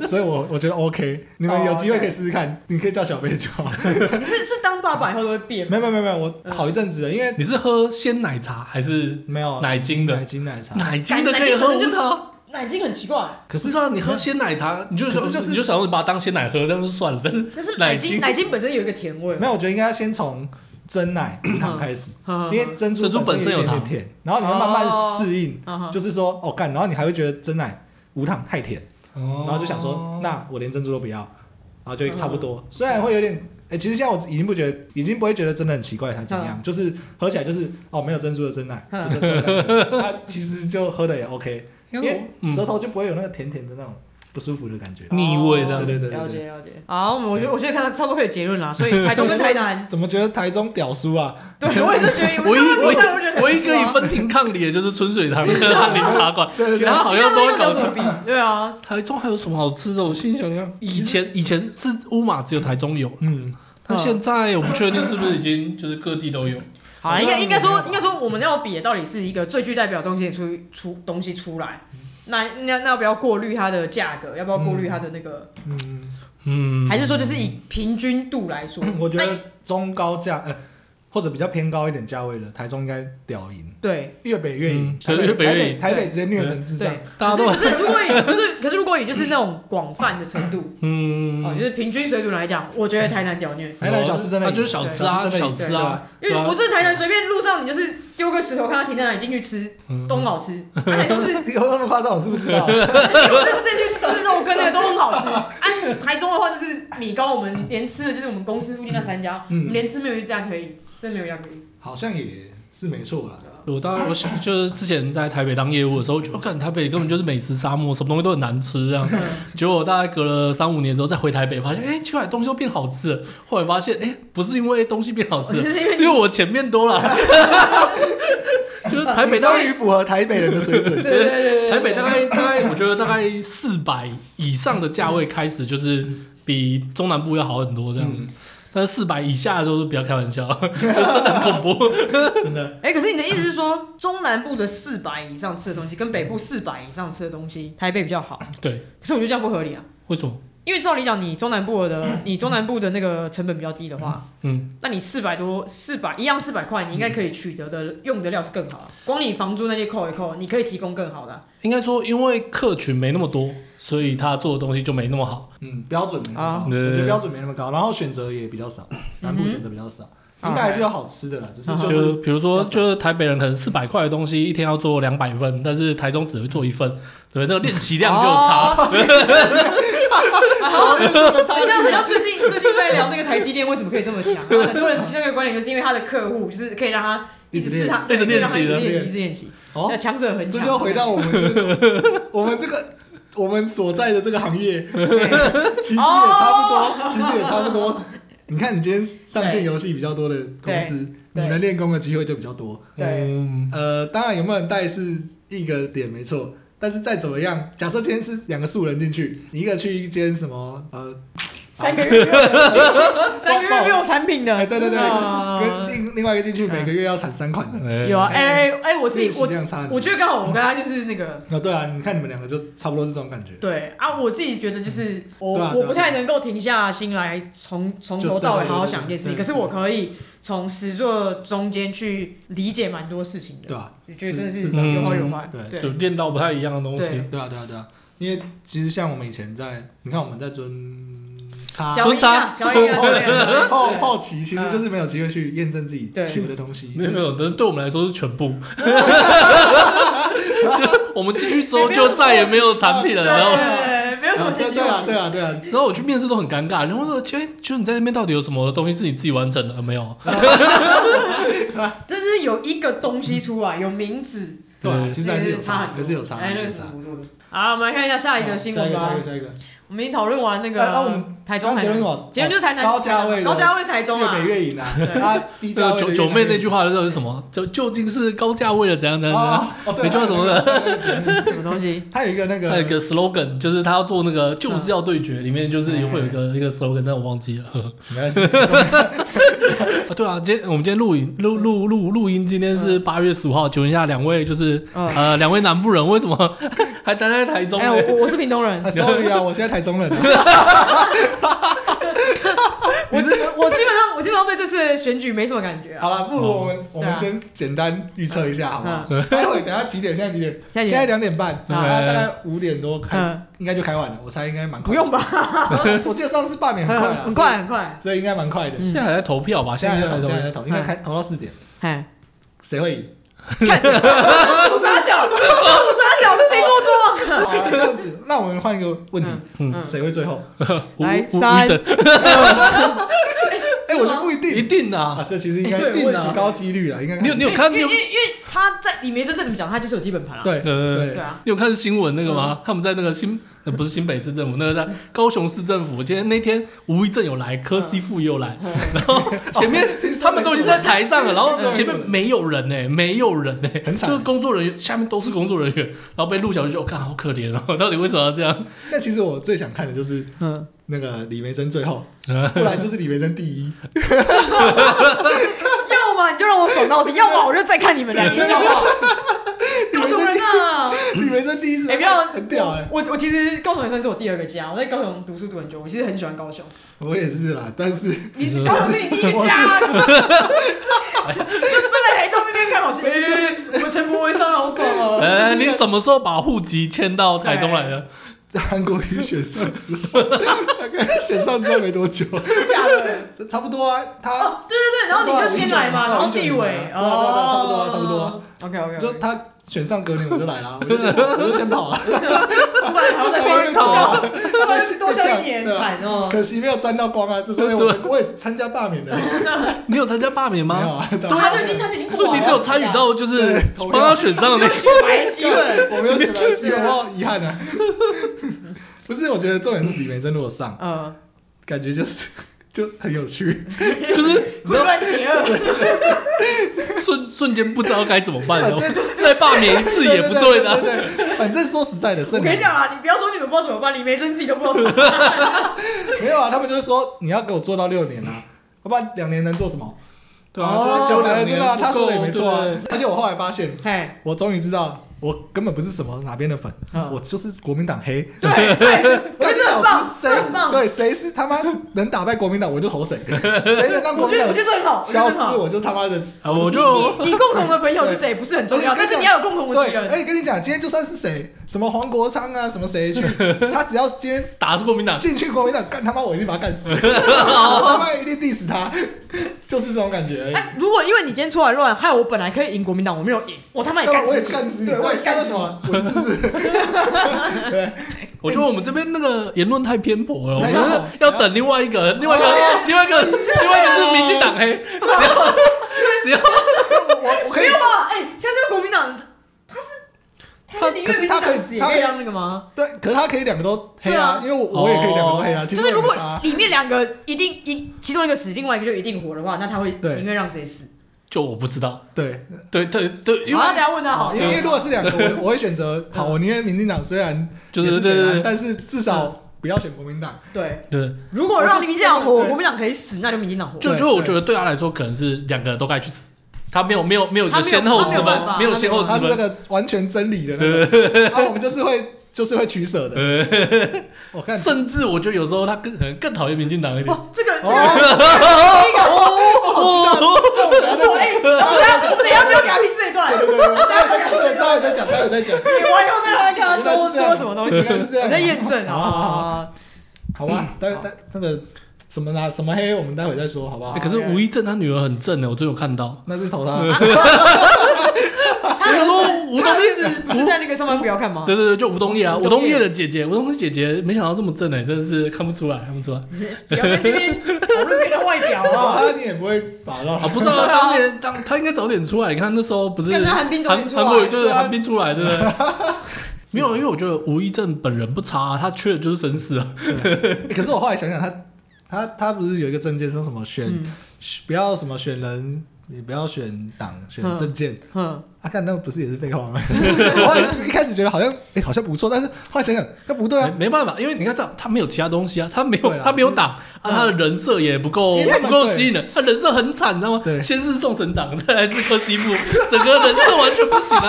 Speaker 1: 所以我我觉得 OK，你
Speaker 2: 哦
Speaker 1: 们有机会可以试试看，你可以叫小贝就 好。
Speaker 2: 你是是当爸爸以后都会变吗？
Speaker 1: 没有没有没有没有，我好一阵子了，因为
Speaker 3: 你是喝鲜奶茶还是
Speaker 1: 没有
Speaker 3: 嗯奶精的
Speaker 1: 奶？精奶茶，
Speaker 3: 哦奶精的可以喝无糖，
Speaker 2: 奶精很奇怪，
Speaker 1: 可
Speaker 3: 不
Speaker 1: 是
Speaker 3: 知道你喝鲜奶茶，你就
Speaker 1: 可
Speaker 3: 想
Speaker 1: 是就是
Speaker 3: 你就想说你把它当鲜奶喝，那就算了。但是
Speaker 2: 但是
Speaker 3: 奶
Speaker 2: 奶
Speaker 3: 精
Speaker 2: 精奶精本身有一个甜味
Speaker 1: 没。有，我觉得应该要先从真奶无糖开始，因
Speaker 2: 因
Speaker 1: 为珍珠
Speaker 3: 珍珠本身
Speaker 1: 有
Speaker 3: 有
Speaker 1: 一点
Speaker 3: 糖
Speaker 1: 点甜，然后你会慢慢适应，
Speaker 2: 啊
Speaker 1: 就是说哦干，然后你还会觉得真奶无糖太甜。
Speaker 3: 然
Speaker 1: 然后就想说，那我连珍珠都不要，然后就差不多。虽然会有点，哎、其实现在我已经不觉得，已经不会觉得真的很奇怪它怎样，就是喝起来就是哦，没有珍珠的真奶，
Speaker 2: 嗯
Speaker 1: 就是这种感觉。它其实就喝的也 OK，因为
Speaker 3: 嗯
Speaker 1: 舌头就不会有那个甜甜的那种不舒服的感觉。
Speaker 3: 腻味这
Speaker 2: 哦
Speaker 3: 样
Speaker 1: 对对对
Speaker 2: 了
Speaker 1: 对对。
Speaker 2: 解了解。好，我们我觉得我觉得看到差不多可以结论了，所以台中跟台 南，
Speaker 1: 怎么觉得台中屌叔啊？
Speaker 2: 对我也是觉得，
Speaker 3: 唯一
Speaker 2: 我
Speaker 3: 唯
Speaker 2: 觉得我觉得
Speaker 3: 一唯一可以分庭抗礼的就是春水堂跟翰林茶馆，
Speaker 1: 对对
Speaker 3: 其
Speaker 1: 对
Speaker 3: 他好像都会搞
Speaker 2: 什
Speaker 3: 错。
Speaker 2: 么比？对 啊，
Speaker 3: 台中还有什么好吃的？我心里想啊想，以前以前是乌马只有台中有，
Speaker 1: 嗯，
Speaker 3: 但现在我不确定是不是已经就是各地都有。
Speaker 2: 好了，应
Speaker 1: 好
Speaker 2: 该
Speaker 1: 像
Speaker 2: 应该
Speaker 1: 没
Speaker 2: 说
Speaker 1: 有
Speaker 2: 应该说我们要比的到底是一个最具代表的东西出出东西出来，那那那要不要过滤它的价格？要不要过滤它的那个？
Speaker 3: 嗯，
Speaker 2: 还是说就是以平均度来说
Speaker 1: 嗯？
Speaker 2: 哎
Speaker 1: 我觉
Speaker 2: 那
Speaker 1: 得
Speaker 2: 一
Speaker 1: 中高价，呃，或者比较偏高一点价位的，台中应该屌赢，
Speaker 2: 对
Speaker 1: 越北越赢
Speaker 3: 嗯，
Speaker 1: 台
Speaker 3: 越北
Speaker 1: 台
Speaker 3: 越
Speaker 1: 北
Speaker 3: 赢
Speaker 1: 台北直接虐成智障
Speaker 2: 对。，
Speaker 3: 大家
Speaker 2: 可是可
Speaker 3: 都
Speaker 2: 是如果以可是可是如果以就是那种广泛的程度
Speaker 3: 嗯
Speaker 2: 哦，就是平均水准来讲，我觉得台南屌虐。
Speaker 1: 台南小吃真的
Speaker 3: 啊
Speaker 1: 赢，
Speaker 3: 就是小吃啊，
Speaker 1: 真的
Speaker 3: 小
Speaker 1: 赢
Speaker 3: 吃
Speaker 1: 对
Speaker 3: 啊
Speaker 1: 吧，
Speaker 2: 因为我在台南随便路上，你就是丢个石头，看它停在哪里进去吃，都很好吃。而且 就是
Speaker 1: 有那么夸张，我是不知 道。
Speaker 2: 我是去吃肉跟那个都很好吃。啊，台中的话就是米糕，我们连吃的就是我们公司附近那三家，
Speaker 1: 嗯
Speaker 2: 我们连吃没有一家可以，真的没有一家可以。
Speaker 1: 好像也是没错啦。
Speaker 3: 我当然，我想就是之前在台北当业务的时候，我觉得看台北根本就是美食沙漠，什么东西都很难吃这样。结果大概隔了三五年之后再回台北，发现哎、诶奇怪，东西都变好吃了。后来发现哎、诶不是因为东西变好吃了，
Speaker 2: 是因为你
Speaker 3: 是因为我前面多了。 就是
Speaker 2: 哎
Speaker 3: 台北
Speaker 1: 你
Speaker 3: 大
Speaker 1: 终
Speaker 3: 概
Speaker 1: 于符合台北人的水
Speaker 2: 对
Speaker 1: 准。
Speaker 2: 对对对对，
Speaker 3: 台北大概大概，我觉得大概四百以上的价位开始，就是比中南部要好很多这样。
Speaker 2: 嗯
Speaker 3: 但是四百以下都是不要开玩笑， 就真的很恐怖。
Speaker 1: 真的，
Speaker 2: 哎，可是你的意思是说，中南部的四百以上吃的东西，跟北部四百以上吃的东西，台北比较好？
Speaker 3: 对，
Speaker 2: 可是我觉得这样不合理啊，
Speaker 3: 为什么？
Speaker 2: 因为照理讲，你中南部的你中南部的那个成本比较低的话，
Speaker 3: 嗯，
Speaker 2: 那你四百多四百一样四百块，你应该可以取得的用的料是更好啊。
Speaker 3: 嗯
Speaker 2: 光你房租那些扣一扣，你可以提供更好的啊。
Speaker 3: 应该说，因为客群没那么多，所以他做的东西就没那么好。
Speaker 1: 嗯，标准没那么
Speaker 2: 啊
Speaker 1: 高，
Speaker 3: 对嗯
Speaker 1: 我觉得标准没那么高，然后选择也比较少，南部选择比较少，应该还是有好吃的啦，只是
Speaker 2: 啊
Speaker 1: 就是
Speaker 3: 就比如说，就是台北人可能四百块的东西一天要做两百份，但是台中只会做一份，对，那个练习量就有差。
Speaker 2: 哦
Speaker 1: 好这个差
Speaker 2: 好像好
Speaker 1: 距啊
Speaker 2: 像最近最近在聊那个台积电为什么可以这么 强、啊，很多人其中一个观点就是因为他的客户就是可以让他一直试他，
Speaker 3: 一直练
Speaker 2: 对
Speaker 3: 一直
Speaker 2: 让他一
Speaker 1: 练习
Speaker 2: 直
Speaker 1: 的
Speaker 2: 练习，一直练习，那
Speaker 1: 哦，
Speaker 2: 强者很
Speaker 1: 这
Speaker 2: 强。
Speaker 1: 就回到我们这个我们这个我们所在的这个行业，
Speaker 2: 对
Speaker 1: 其实也差
Speaker 2: 哦
Speaker 1: 不多，其实也差不多。你看，你今天上线游戏比较多的公司，
Speaker 2: 对对
Speaker 1: 你能练功的机会就比较多。
Speaker 2: 对，
Speaker 3: 嗯，
Speaker 1: 呃，当然有没有人带是一个点没错，但是再怎么样，假设今天是两个素人进去，你一个去一间什么呃，
Speaker 2: 三个月没有三个月没有产品的，
Speaker 1: 哎对对对，
Speaker 2: 啊
Speaker 1: 跟另另外一个进去每个月要产三款的，
Speaker 2: 有啊，哎哎嗯哎，我自己
Speaker 1: 练习
Speaker 2: 我
Speaker 1: 量差很多
Speaker 2: 我觉得刚好我跟他就是那个。
Speaker 1: 啊对啊，你看你们两个就差不多是这种感觉，
Speaker 2: 对啊，我自己觉得就是我、
Speaker 1: 对啊对啊
Speaker 2: 我不太能够停下心来，从从头到尾好好想一件事情。
Speaker 1: 对对对
Speaker 2: 可是我可以从实作中间去理解蛮多事情的。
Speaker 1: 对吧、
Speaker 2: 我觉得真的是
Speaker 1: 是
Speaker 3: 是
Speaker 2: 有好有坏。
Speaker 1: 嗯
Speaker 2: 对
Speaker 3: 就练到不太一样的东西
Speaker 2: 对。
Speaker 1: 对啊，对啊，对啊，因为其实像我们以前在，你看我们在尊差
Speaker 2: 小
Speaker 3: 尊
Speaker 2: 英啊，
Speaker 3: 差
Speaker 2: 小英啊，
Speaker 1: 好
Speaker 2: 对
Speaker 1: 奇
Speaker 2: 对
Speaker 1: 好 好奇，其实就是没有机会去验证自己
Speaker 2: 对
Speaker 1: 学的东西。
Speaker 3: 没有没有，但是对我们来说是全部。就我们进去之后就再也没有产品了，
Speaker 2: 对
Speaker 3: 然后。
Speaker 2: 对，没有什么
Speaker 1: 啊
Speaker 2: 前
Speaker 1: 对
Speaker 2: 期
Speaker 1: 对啊，对啊，对啊，
Speaker 3: 然后我去面试都很尴尬，然后说：“就就你在那边到底有什么东西是你自己完成的？没有？
Speaker 1: 啊
Speaker 2: 真是有一个东西出来，有名字，
Speaker 1: 对啊，
Speaker 3: 对
Speaker 1: 其实还是有
Speaker 2: 差
Speaker 1: 差，
Speaker 2: 很多，
Speaker 1: 还是有差，
Speaker 2: 哎，
Speaker 1: 还是
Speaker 2: 那个
Speaker 1: 有
Speaker 2: 什
Speaker 1: 差
Speaker 2: 么。不做的。好，我们来看一下下一则新闻吧
Speaker 1: 下一。个，下一个，下
Speaker 2: 我们已经讨论完那
Speaker 1: 一个。啊我
Speaker 2: 个
Speaker 1: 们
Speaker 2: 台
Speaker 1: 刚
Speaker 2: 中
Speaker 1: 刚结
Speaker 2: 台
Speaker 1: 论什，
Speaker 2: 南
Speaker 1: 么？
Speaker 2: 结论就是台南
Speaker 1: 高价位的，
Speaker 2: 高价位台中
Speaker 1: 越
Speaker 2: 啊
Speaker 1: 北。越赢啊！啊，低
Speaker 3: 这
Speaker 1: 价
Speaker 3: 个
Speaker 1: 位
Speaker 3: 九
Speaker 1: 的
Speaker 3: 九妹那
Speaker 1: 越
Speaker 3: 句话到底是什么？就究竟是高价位的怎样怎
Speaker 1: 南
Speaker 3: 样？怎样
Speaker 1: 啊，哦对啊
Speaker 3: 没叫什么的
Speaker 1: 对啊
Speaker 2: 什么东西？
Speaker 1: 他有一个那
Speaker 3: 还有一
Speaker 1: 个
Speaker 3: 个 slogan，就是他要做那个就是要对决，里面就是会有一个一个 slogan，但我忘记了。呵呵
Speaker 1: 没关系，
Speaker 3: 啊，对啊，今天我们今天录影录录录录音，今天是八月十五号，请问一下两位就是
Speaker 2: 嗯
Speaker 3: 呃两位南部人为什么 还待在台中
Speaker 2: 哎，
Speaker 3: 呢？
Speaker 2: 我我我是屏东人
Speaker 1: 啊，，sorry 啊，我现在台中人啊，
Speaker 2: 我基本 我基本上我基本上对这次的选举没什么感觉啊。
Speaker 1: 好了，不如我们我
Speaker 2: 对
Speaker 1: 们
Speaker 2: 啊
Speaker 1: 先简单预测一下，好不好？
Speaker 2: 嗯
Speaker 1: 待会等下几点？现在几点？
Speaker 2: 现在几点
Speaker 1: 现在两点半，
Speaker 3: 嗯
Speaker 1: 然后大概五点多开
Speaker 2: 嗯，
Speaker 1: 应该就开完了，我猜应该蛮快。
Speaker 2: 不用吧，
Speaker 1: 我记得上次罢免很快啊 了，
Speaker 2: 很快很快。
Speaker 1: 所以，所以应该蛮快的。
Speaker 2: 嗯
Speaker 3: 现在还在投票吧？
Speaker 1: 现在
Speaker 3: 在
Speaker 1: 在投，现在在
Speaker 3: 票。
Speaker 1: 投，应该开投到四点，
Speaker 2: 哎，
Speaker 1: 谁会赢？
Speaker 2: 看，我傻小，我傻小是谁做
Speaker 1: 好了，这样子，那我们换一个问题，
Speaker 3: 嗯
Speaker 2: 嗯
Speaker 1: 谁会最后？
Speaker 3: 吴
Speaker 2: 来
Speaker 3: 吴
Speaker 2: 三
Speaker 3: 医生
Speaker 1: 哎，我觉得不一
Speaker 3: 一
Speaker 1: 定
Speaker 3: 定的
Speaker 1: 啊，
Speaker 3: 啊。
Speaker 1: 这其实应该
Speaker 2: 对
Speaker 3: 我也觉得
Speaker 1: 高几率了，应该
Speaker 3: 你有你有
Speaker 2: 作？
Speaker 3: 看你
Speaker 2: 因为因
Speaker 3: 有
Speaker 2: 为因为他在里面真的怎么讲，他就是有基本盘啊。
Speaker 1: 对
Speaker 3: 对
Speaker 2: 对啊，
Speaker 3: 你有看新闻那个
Speaker 1: 嗯
Speaker 3: 吗？他们在那个新呃不是新北市政府，那个在高雄市政府，今天那天吴一正有来，
Speaker 1: 嗯
Speaker 3: 柯西富也有来，然后前
Speaker 1: 哦
Speaker 3: 面他们都已经在台上了，然后前面没有人呢、没有人呢、
Speaker 1: 嗯很惨
Speaker 3: 就是工作人员下面都是工作人员，然后被陆小就说：“我看好可怜哦， 到底为什么要这样
Speaker 1: 那其实我最想看的就是
Speaker 2: 嗯，
Speaker 1: 那个李梅珍最后， 不然就是李梅珍第一。
Speaker 2: 要么你就让我爽到底，要么我就再看你们两个笑话。告诉人啊！
Speaker 1: 李梅珍第一是
Speaker 2: 哎，不要，
Speaker 1: 很屌哎，
Speaker 2: 我我我其实高雄也算是我第二个家，我在高雄读书读很久，我其实很喜欢高雄。
Speaker 1: 我也是啦，但是
Speaker 2: 你你高雄是你第一个家，你们 都来台中这边看好戏，哎我们陈柏文上好爽？”哦。
Speaker 3: 呃，你什么时候把户籍迁到台中来的？
Speaker 1: 在韩国瑜选上之后，大概选上之后没多久，
Speaker 2: 真的假的？
Speaker 1: 这差不多啊，他
Speaker 2: 哦，对对对，然后你就先来嘛，然后地
Speaker 1: 对
Speaker 2: 委
Speaker 1: 啊对啊对，啊差不多
Speaker 2: 哦
Speaker 1: 啊，差不多啊。
Speaker 2: OK OK，
Speaker 1: 就他选上隔年我就来 啦，我就先跑，我就先跑啊 了，
Speaker 2: 不然还要再
Speaker 1: 我也
Speaker 2: 多
Speaker 1: 走
Speaker 2: 消，
Speaker 1: 了，
Speaker 2: 不然多消一年
Speaker 1: 对啊
Speaker 2: 惨哦。
Speaker 1: 可惜没有沾到光啊，就是因为我我也是参加罢 免的，没
Speaker 3: 你有参加罢
Speaker 1: 哎
Speaker 3: 免
Speaker 1: 有
Speaker 3: 吗？
Speaker 1: 啊，
Speaker 2: 对啊，他就已经他就已经不
Speaker 3: 所以
Speaker 2: 玩
Speaker 3: 你
Speaker 2: 了
Speaker 3: 只有参与到就是
Speaker 1: 对投
Speaker 3: 帮
Speaker 1: 票
Speaker 3: 他选上的那
Speaker 2: 选白 机会。
Speaker 1: 我没有选来机会，我好遗憾啊。 不是，我觉得重点是李梅珍如果上，
Speaker 2: 嗯，
Speaker 1: 感觉就是 就很有趣，
Speaker 3: 个， 就是你
Speaker 2: 不
Speaker 3: 知道
Speaker 2: 乱邪恶，
Speaker 3: 瞬瞬间不知道该怎么办了
Speaker 1: 反，
Speaker 3: 再罢免一次也不
Speaker 1: 对
Speaker 3: 的啊。
Speaker 1: 对对对，反正说实在的，
Speaker 2: 我
Speaker 1: 是
Speaker 2: 跟你讲啊，你不要说你们不知道怎么办，李梅珍自己都不知道 怎么办。
Speaker 1: 没有啊，他们就是说你要给我做到六年啊，要不然两年能做什么？
Speaker 3: 对
Speaker 2: 哦
Speaker 3: 啊，
Speaker 1: 讲白
Speaker 3: 来
Speaker 1: 了，真的啊，他说的也没错啊。而且我后来发现，
Speaker 2: 嘿，
Speaker 1: 我终于知道，我根本不是什么哪边的粉，
Speaker 2: 嗯
Speaker 1: 我就是国民党黑。
Speaker 2: 对对，
Speaker 1: 我
Speaker 2: 我觉
Speaker 1: 就
Speaker 2: 得这很
Speaker 1: 老
Speaker 2: 棒
Speaker 1: 师，
Speaker 2: 这很
Speaker 1: 谁
Speaker 2: 棒。
Speaker 1: 对谁是他妈能打败国民党，我就投 谁，谁能让国
Speaker 2: 我
Speaker 1: 民
Speaker 2: 觉得我觉
Speaker 1: 党
Speaker 2: 得这很好，我觉
Speaker 1: 消
Speaker 2: 得这很
Speaker 1: 失，
Speaker 2: 好。
Speaker 1: 我就他妈的。
Speaker 3: 啊，我就
Speaker 2: 你你共同的朋友是谁不是很重要，
Speaker 1: 而且
Speaker 2: 但
Speaker 1: 跟
Speaker 2: 是你要有共同的敌
Speaker 1: 对，
Speaker 2: 人。
Speaker 1: 而且哎跟你讲，今天就算是谁，什么黄国昌啊，什么 谁去，他只要今天
Speaker 3: 打是国民党，
Speaker 1: 进去国民党，干他妈我一定把他 干死，我他妈一定 diss 他，就是这种感觉而已。
Speaker 2: 哎，如果因为你今天出来乱，害我本来可以赢国民党，我没有赢，我他妈也
Speaker 1: 那
Speaker 2: 干死
Speaker 1: 我也
Speaker 2: 你，
Speaker 1: 是干死你，
Speaker 2: 对，我也是干
Speaker 1: 干
Speaker 2: 死
Speaker 1: 什
Speaker 2: 你。
Speaker 1: 么文字是？对，
Speaker 3: 我觉得我们这边那个言论太偏颇了，我
Speaker 1: 太偏颇
Speaker 3: 们要等另外 一个，另外一个
Speaker 1: 哎，
Speaker 3: 另外一个，另外一个是民进党黑， 只要只要
Speaker 1: 那我我我可
Speaker 2: 没
Speaker 1: 以
Speaker 2: 有，吧？哎，现在这个国民党，他是他
Speaker 1: 他
Speaker 2: 是宁
Speaker 1: 可
Speaker 2: 愿
Speaker 1: 是
Speaker 2: 民
Speaker 1: 他
Speaker 2: 进
Speaker 1: 可以
Speaker 2: 党死也
Speaker 1: 他
Speaker 2: 可
Speaker 1: 可
Speaker 2: 以
Speaker 1: 以
Speaker 2: 让那个吗？
Speaker 1: 对，可是他可以两个都黑啊，因为我我也可以两个都黑啊，其
Speaker 2: 哦就
Speaker 1: 实
Speaker 2: 是如
Speaker 1: 我也
Speaker 2: 果
Speaker 1: 没差啊
Speaker 2: 里面两个一定一其中一个死，另外一个就一定活的话，那他会
Speaker 1: 对
Speaker 2: 宁愿让谁死？
Speaker 3: 就我不知道，
Speaker 1: 对，
Speaker 3: 对对对，因
Speaker 2: 好，
Speaker 3: 为
Speaker 1: 啊
Speaker 2: 那等一下问他好
Speaker 1: 因
Speaker 2: 了。
Speaker 1: 为因为如果是两个，我我会选择好，我宁愿民进党虽然
Speaker 3: 就是
Speaker 1: 也
Speaker 3: 对
Speaker 1: 北
Speaker 3: 对
Speaker 1: 南
Speaker 3: 对
Speaker 1: 但是至少不要选国民党，
Speaker 2: 对，
Speaker 3: 对，
Speaker 2: 如果让民进党
Speaker 1: 我就
Speaker 2: 活，
Speaker 1: 是
Speaker 2: 国民党可以死，那就民进党活。
Speaker 3: 就
Speaker 1: 对
Speaker 3: 就我
Speaker 1: 对
Speaker 3: 觉得对他来说可能是两个都该去死，他没有没有没有一
Speaker 2: 他
Speaker 3: 个
Speaker 2: 没有
Speaker 3: 先后
Speaker 2: 他
Speaker 1: 没有
Speaker 3: 之
Speaker 2: 办法
Speaker 3: 分，没有
Speaker 2: 他
Speaker 3: 先
Speaker 2: 没有
Speaker 3: 后
Speaker 2: 我
Speaker 1: 他
Speaker 3: 之
Speaker 1: 是那
Speaker 3: 分，
Speaker 1: 个完全真理的那种，啊，我们就是会就是会取舍的。
Speaker 3: 呃，
Speaker 1: 我看
Speaker 3: 甚至我觉得有时候他更可能更讨厌民进党一点。
Speaker 2: 哇，这个这个
Speaker 1: 哦
Speaker 2: 这个，我
Speaker 1: 鸡 蛋，那我哦们等一下再讲。
Speaker 2: 我等下我等下不要给他听这
Speaker 1: 对
Speaker 2: 一段，
Speaker 1: 对对对，待会再讲，对，待会再讲，待会再讲，
Speaker 2: 你完以后再让他看他最后说什么东西，
Speaker 1: 原来是这样
Speaker 2: 你在验证
Speaker 1: 好好好
Speaker 2: 啊。
Speaker 1: 好
Speaker 3: 嗯
Speaker 1: 吧？待待那个什么啦，什么黑，我们待会再说，好不好
Speaker 3: 欸？可是嗯吴一正他女儿很正欸的，我都有看到。
Speaker 1: 那就投他。
Speaker 2: 他儿子，吴东一直不是在那个上班不要看吗？
Speaker 3: 对对对，就吴东烨啊，
Speaker 2: 吴
Speaker 3: 吴
Speaker 2: 东烨
Speaker 3: 东烨的姐姐，吴东烨姐姐，没想到这么正哎、真的是看不出来，看不出来
Speaker 1: 哦
Speaker 2: 不要在那边讨论别人外表
Speaker 1: 投
Speaker 2: 啊。
Speaker 1: 他你也不会把到
Speaker 3: 啊！不知道啊当年当他应该早点出来，你看那时候不是
Speaker 2: 看他韩冰早点出来
Speaker 3: 韩国瑜对
Speaker 1: 对
Speaker 3: 对
Speaker 1: 啊
Speaker 3: 韩冰出来对不对？ 没有，因为我觉得吴一正本人不差啊、他缺的就是绅士啊。
Speaker 1: 欸 可是我后来想想他，他他不是有一个证件说什么选、
Speaker 2: 嗯
Speaker 1: 不要什么选人，你不要选党选
Speaker 2: 嗯
Speaker 1: 证件。
Speaker 2: 嗯，
Speaker 1: 啊，看那个不是也是废话吗？ 我后来一开始觉得好像哎、欸好像不错，但是后来想想那不对啊，
Speaker 3: 没没办法，因为你看这样，他没有其他东西啊，他没
Speaker 1: 对
Speaker 3: 有
Speaker 1: 啦
Speaker 3: 他没有党啊，他的人设也不够
Speaker 1: 因为他
Speaker 3: 不够
Speaker 1: 对
Speaker 3: 吸引人，他人设很惨，你知道吗
Speaker 1: 对？
Speaker 3: 先是宋省长，再来是柯西部，整个人设完全不行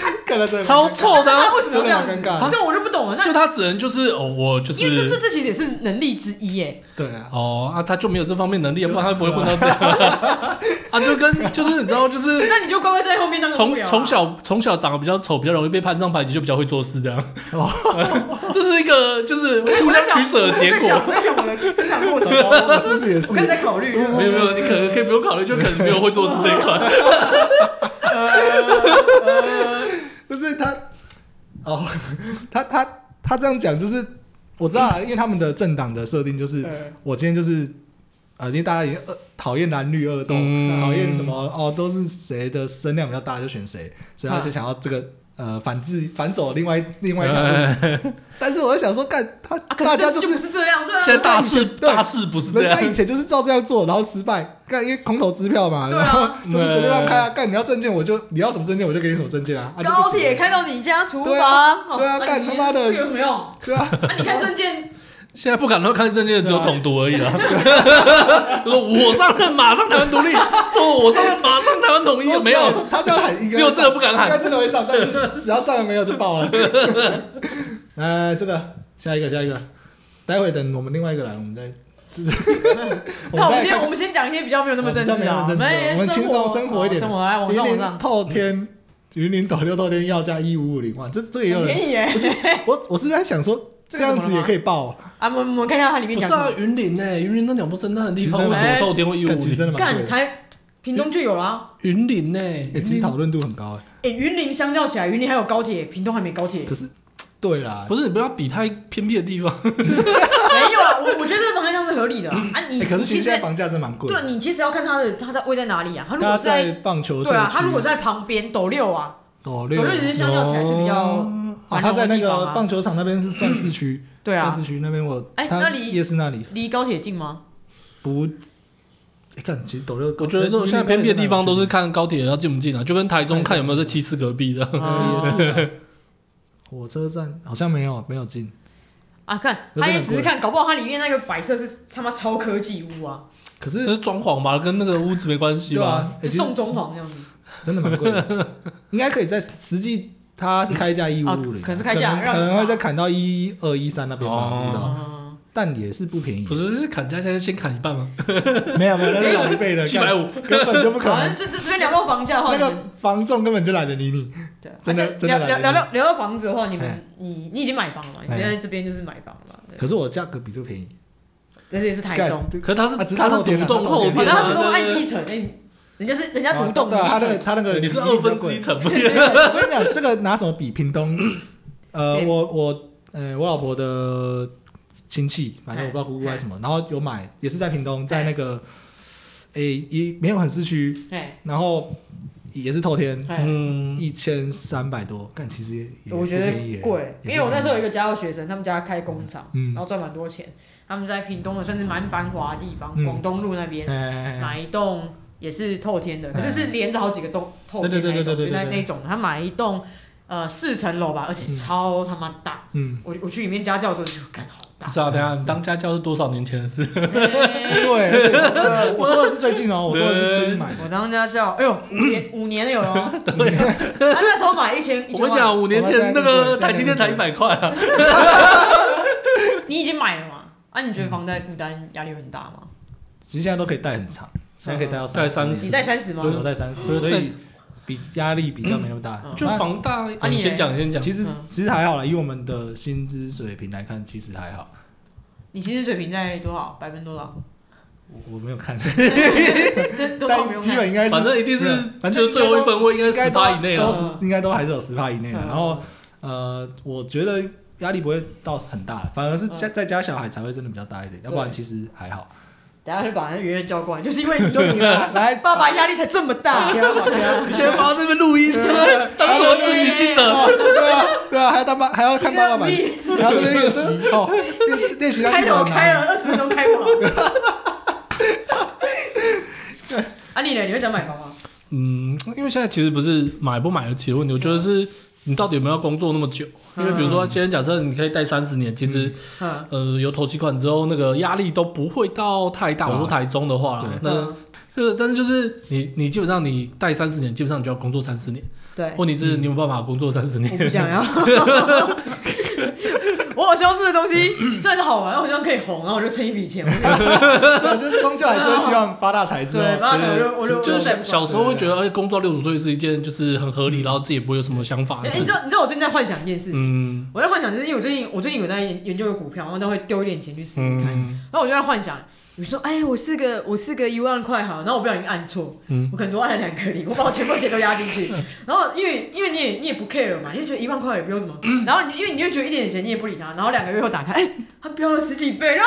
Speaker 3: 啊，
Speaker 1: 看到这
Speaker 3: 哎超臭的、啊
Speaker 2: 那。为什么要这样
Speaker 1: 真的好尴尬
Speaker 2: 子？这我就不懂了。那
Speaker 3: 所以他只能就是哦，我就是
Speaker 2: 因为这这这其实也是能力之一耶。
Speaker 1: 对啊，
Speaker 3: 哦啊，他就没有这方面能力，不然他不会混到 这样啊。就跟就是你知道，就是
Speaker 2: 那你就乖乖在后面当个
Speaker 3: 从
Speaker 2: 无聊啊
Speaker 3: 从小从小长得比较丑，比较容易被攀上排挤，就比较会做 事这样。
Speaker 1: 哦
Speaker 3: 这是一个就是
Speaker 2: 我在
Speaker 3: 互相取舍的结果。
Speaker 2: 我在想我在想我的生长过
Speaker 1: 糟
Speaker 2: 程，
Speaker 1: 糕我 是不是也是
Speaker 2: 我刚才在考虑。
Speaker 3: 没有没有，你可能可以不用考虑，就可能没有会做事这一 块。
Speaker 2: 呃
Speaker 1: 就是他哦， 他他他这样讲就是我知道啊，因为他们的政党的设定就是
Speaker 2: 嗯
Speaker 1: 我今天就是呃，因为大家已经呃讨厌蓝绿恶斗，
Speaker 3: 嗯
Speaker 1: 讨厌、什么哦，都是谁的声量比较大就选谁，所以他就想要这个。呃，反制反走另外另外一条路，但是我就想说，干他
Speaker 2: 嗯啊，可
Speaker 1: 大
Speaker 2: 是
Speaker 1: 家就
Speaker 2: 这就是不是这样，对
Speaker 3: 现在
Speaker 2: 啊，
Speaker 3: 大事
Speaker 1: 对
Speaker 3: 大事不是这
Speaker 1: 人
Speaker 3: 样
Speaker 1: 家，以前就是照这样做，然后失败，干因为空头支票嘛，
Speaker 2: 对
Speaker 1: 然
Speaker 2: 啊
Speaker 1: 后
Speaker 2: 嗯
Speaker 1: 就是随便乱开啊，干你要证件我就你要什么证件我就给你什么证件啊，啊就不
Speaker 2: 高
Speaker 1: 行
Speaker 2: 铁开到你家厨
Speaker 1: 对
Speaker 2: 房
Speaker 1: 啊，
Speaker 2: 哦
Speaker 1: 对啊
Speaker 2: 那
Speaker 1: 干
Speaker 2: 你
Speaker 1: 他妈的
Speaker 2: 这有什么用？啊，
Speaker 1: 对啊，
Speaker 2: 你看证件，
Speaker 3: 现在不敢乱看证件的只有
Speaker 2: 啊
Speaker 3: 统独而已 了。说我上任马上台湾独立，哦，我上任马上台湾统一，没有。
Speaker 1: 他这样喊应该
Speaker 3: 只有这个不敢喊
Speaker 1: 应该真的会上，但是只要上了没有就爆了。 哎，真的，下一个，下一个，待会等我们另外一个来，我们再。 这
Speaker 2: 那我们
Speaker 1: 再
Speaker 2: 先
Speaker 1: 看
Speaker 2: 我们先讲一些比较没有那么政治啊，
Speaker 1: 我们再哦没那么政治我们轻松生活一点
Speaker 2: 生活来往上
Speaker 1: 云
Speaker 2: 往
Speaker 1: 林
Speaker 2: 上，
Speaker 1: 透天，云林斗六透天要价一五五零万，这这也有
Speaker 2: 很
Speaker 1: 人
Speaker 2: 便宜耶。
Speaker 1: 我我是在想 说，
Speaker 2: 这
Speaker 1: 这
Speaker 2: 个
Speaker 1: 样
Speaker 2: 怎么了
Speaker 1: 子也可以报，
Speaker 2: 啊，我们我们看一下它里面
Speaker 3: 不
Speaker 2: 讲
Speaker 3: 是
Speaker 2: 什
Speaker 3: 啊
Speaker 2: 么。，
Speaker 3: 云林哎、云林那鸟不生蛋的地方，
Speaker 1: 其
Speaker 3: 为
Speaker 1: 实
Speaker 3: 什么到天会一五
Speaker 1: 但其实真
Speaker 3: 零？
Speaker 1: 的蛮贵
Speaker 2: 干
Speaker 1: 的。
Speaker 2: 台屏东就有啦。
Speaker 3: 云林呢、
Speaker 1: 欸其实讨论度很高哎，
Speaker 2: 哎，云林相较起来，云林还有高铁，屏东还没高 铁。
Speaker 1: 可是对啦，
Speaker 3: 不是你不要比太偏僻的地方，
Speaker 2: 没有啦，啊我我觉得这个方向是合理的啊。啊你
Speaker 1: 欸可是
Speaker 2: 你
Speaker 1: 其实
Speaker 2: 其实
Speaker 1: 现在房价真蛮贵的。
Speaker 2: 对，你其实要看它的它在位在哪里啊。它如果
Speaker 1: 他
Speaker 2: 是在
Speaker 1: 在棒球
Speaker 2: 对啊，
Speaker 1: 特区
Speaker 2: 它如果在旁边斗六啊，
Speaker 1: 斗
Speaker 2: 斗
Speaker 1: 六，
Speaker 2: 六其实相较起来是比较
Speaker 3: 哦
Speaker 2: 繁
Speaker 1: 他
Speaker 2: 荣
Speaker 1: 在
Speaker 2: 的
Speaker 1: 那
Speaker 2: 地
Speaker 1: 个
Speaker 2: 方啊。
Speaker 1: 棒球场那边是算市区，
Speaker 2: 对
Speaker 1: 算
Speaker 2: 啊
Speaker 1: 市，区那边我
Speaker 2: 哎
Speaker 1: 他
Speaker 2: 那里
Speaker 1: 夜市那里
Speaker 2: 离高铁近吗？
Speaker 1: 不，哎，看其实斗六，
Speaker 3: 我觉得那种现在偏僻的地方都是看高铁要近不近啊，就跟台中看有没有在七四隔壁的。
Speaker 1: 呃
Speaker 2: 啊
Speaker 1: 也是啊火车站，好像没有没有近，
Speaker 2: 啊，看
Speaker 1: 可是
Speaker 2: 它也
Speaker 1: 很
Speaker 2: 只是
Speaker 1: 贵
Speaker 2: 看，搞不好它里面那个摆设是他妈超科技屋啊，
Speaker 1: 可
Speaker 3: 这
Speaker 1: 是
Speaker 3: 是装潢吧，跟那个屋子没关系
Speaker 1: 对
Speaker 3: 吧？
Speaker 1: 啊，欸
Speaker 2: 就
Speaker 1: 其实
Speaker 2: 送中皇那样子。
Speaker 1: 真的蛮贵的， 应该可以在实际它是开价一
Speaker 2: 啊
Speaker 1: 五零，
Speaker 2: 可能是开价
Speaker 1: 可
Speaker 2: 让你
Speaker 1: 能会
Speaker 2: 杀
Speaker 1: 再砍到一二一三那边吧，
Speaker 3: 哦
Speaker 1: 我不知道，
Speaker 2: 啊，
Speaker 1: 但也是不便宜
Speaker 3: 不，是，是砍价现在先砍一半吗？
Speaker 1: 没有没有，那是老一 辈的，
Speaker 3: 七百五，
Speaker 1: 干根本就不可
Speaker 2: 好
Speaker 1: 能
Speaker 2: 像，这这这边聊到房价的话，
Speaker 1: 那
Speaker 2: 你
Speaker 1: 个
Speaker 2: 们
Speaker 1: 房仲根本就懒得理你，
Speaker 2: 对啊，
Speaker 1: 真的
Speaker 2: 啊
Speaker 1: 真的
Speaker 2: 聊
Speaker 1: 来得
Speaker 2: 聊聊
Speaker 1: 及
Speaker 2: 到聊到房子的话，你
Speaker 1: 哎
Speaker 2: 们你你已经买房了嘛，你
Speaker 1: 哎
Speaker 2: 现在这边就是买房了嘛，对
Speaker 1: 可是我价格比这便宜，
Speaker 2: 但是也是台中，哦
Speaker 1: 干
Speaker 3: 可是它是
Speaker 1: 啊只是它
Speaker 3: 它是
Speaker 1: 露天啊
Speaker 3: 独栋
Speaker 1: 它露
Speaker 3: 后
Speaker 1: 天
Speaker 3: 天
Speaker 2: 反正
Speaker 3: 啊，
Speaker 2: 他们都按
Speaker 3: 对对
Speaker 2: 是
Speaker 3: 对
Speaker 2: 一层，哎，人家是人家独栋，
Speaker 1: 对啊，
Speaker 2: 你
Speaker 1: 他那
Speaker 2: 一
Speaker 1: 个
Speaker 2: 层
Speaker 1: 他那个
Speaker 3: 你
Speaker 1: 比
Speaker 3: 是
Speaker 1: 例比
Speaker 3: 二
Speaker 1: 较
Speaker 3: 分之
Speaker 1: 贵
Speaker 3: 一。层吗？
Speaker 1: 我跟你讲，这个拿什么比？屏东，呃，
Speaker 2: 对
Speaker 1: 我我呃，我老婆的亲戚，反正我不知道姑姑还是什么，然后有买，也是在屏东，在那个诶也没有很市区，
Speaker 2: 哎
Speaker 1: 然后也是透天，
Speaker 2: 哎，
Speaker 3: 嗯，
Speaker 1: 一千三百多，但其实也也
Speaker 2: 我觉
Speaker 1: 不便宜
Speaker 2: 得
Speaker 1: 耶
Speaker 2: 贵，
Speaker 1: 也不
Speaker 2: 因为我那时候
Speaker 1: 便
Speaker 2: 有一个家教学生，他们家开工厂，
Speaker 1: 嗯
Speaker 2: 然后赚蛮多钱，他们在屏东的算是蛮繁华的地方
Speaker 1: 嗯，
Speaker 2: 广东路那边
Speaker 1: 宜哎哎哎哎
Speaker 2: 买一栋也是透天的，
Speaker 1: 哎
Speaker 2: 可是是连着好几个栋透
Speaker 1: 对
Speaker 2: 天
Speaker 1: 对
Speaker 2: 那
Speaker 1: 对对
Speaker 2: 一种，
Speaker 1: 对
Speaker 2: 就那
Speaker 1: 对对
Speaker 2: 那一种，他买一栋呃四层楼吧，而且
Speaker 1: 嗯
Speaker 2: 超他妈大。
Speaker 1: 嗯，
Speaker 2: 我我去里面家教的时候就干好大
Speaker 3: 不，知道，等一下你当家教是多少年前的事？
Speaker 1: 对，而且我我说的是最近哦，我说的是最近买的，
Speaker 2: 我当家教，哎呦，五年五年有了哦，他那时候买一千，一
Speaker 3: 我
Speaker 2: 千
Speaker 3: 跟你
Speaker 2: 万，
Speaker 3: 讲，五年前那个台积电才一百块啊。
Speaker 2: 你已经买了嘛？啊，你觉得房贷负担压力很大吗？
Speaker 1: 其实现在都可以贷很长，现在可以带到
Speaker 3: 带三
Speaker 2: 你
Speaker 3: 十
Speaker 2: 带三十吗？
Speaker 1: 我带三十，所以比压力比较没那么大
Speaker 2: 嗯。
Speaker 3: 就
Speaker 1: 那
Speaker 3: 房大，
Speaker 2: 啊你
Speaker 3: 你先讲，先讲。
Speaker 1: 其实
Speaker 2: 嗯
Speaker 1: 其实还好啦，以我们的薪资水平来看，其实还好。
Speaker 2: 你薪资水平在多少？百分多 少？
Speaker 1: 我我没有看，
Speaker 2: 这都 没
Speaker 1: 但
Speaker 2: 用
Speaker 1: 基本
Speaker 2: 看。
Speaker 1: 应该是
Speaker 3: 反正一定是
Speaker 1: 对，反
Speaker 3: 就
Speaker 1: 正
Speaker 3: 是最后一份位应该
Speaker 1: 应该
Speaker 3: 十八以内
Speaker 1: 都
Speaker 3: 了。
Speaker 1: 是应该都还是有十趴以内的。
Speaker 2: 嗯
Speaker 1: 然后呃，我觉得压力不会到很大，反而是
Speaker 2: 嗯
Speaker 1: 家在家小孩才会真的比较大一点，要不然
Speaker 2: 对
Speaker 1: 其实还好。
Speaker 2: 等下就把那圆圆叫过来，就是因为 你
Speaker 1: 就你 啦，来，
Speaker 2: 爸爸压力才这么大。
Speaker 1: 天啊，好天 啊！
Speaker 3: 现在放在这边录音，啊 当
Speaker 1: 然
Speaker 3: 做自习记者。
Speaker 1: 对啊，对啊，还要当爸，还要 看爸爸版，
Speaker 2: 你的屁事
Speaker 1: 然后这边练习哦，练练习到
Speaker 2: 开
Speaker 1: 记
Speaker 2: 头
Speaker 1: 者
Speaker 2: 开
Speaker 1: 拿。
Speaker 2: 了二十分钟开不好。 啊，你呢？你会想买房吗？
Speaker 3: 嗯，因为现在其实不是买不买得起的问题，我觉得是你到底有没有要工作那么久。因为比如说，今天假设你可以贷三十年，其实
Speaker 2: 嗯，
Speaker 3: 呃有投期款之后，那个压力都不会到太大。
Speaker 1: 对
Speaker 3: 我
Speaker 1: 啊
Speaker 3: 说台中的话啦
Speaker 2: 嗯
Speaker 1: 对，
Speaker 3: 那就是但是就是你你基本上你贷三十年，基本上你就要工作三十年。
Speaker 2: 对，
Speaker 3: 问题是你有没有办法工作三十
Speaker 2: 我
Speaker 3: 年？
Speaker 2: 不想要。 我好希望这个东 西虽然是好玩，我希望可以红，然后我就趁一笔钱。我就
Speaker 1: 我觉得终究还是会希望发大财之后
Speaker 2: 对，，然后我就我就
Speaker 3: 就
Speaker 2: 我
Speaker 3: 是
Speaker 2: 再
Speaker 3: 小
Speaker 2: 不管
Speaker 3: 小时候会觉得，哎，工作到六十岁是一件就是很合理，然后自己也不会有什么想法
Speaker 2: 嗯
Speaker 3: 的
Speaker 2: 哎、
Speaker 3: 事
Speaker 2: 你知
Speaker 3: 情。
Speaker 2: 道你知道我最近在幻想一件事情，
Speaker 3: 嗯
Speaker 2: 我在幻想就是因为我最近我最近有在研研究个股票，然后都会丢一点钱去试试看，
Speaker 3: 嗯
Speaker 2: 然后我就在幻想。你说，哎、我是个我是个一万块好，然后我不小心按错，
Speaker 3: 嗯
Speaker 2: 我可能多按了两个零，我把我全部的钱都压进 去，然后因为因为你也你也不 care 嘛，你就觉得一万块也不用什么，
Speaker 1: 嗯
Speaker 2: 然后你因为你就觉得一点点钱你也不理他，然后两个月后打开，哎、它飙了十几倍啊，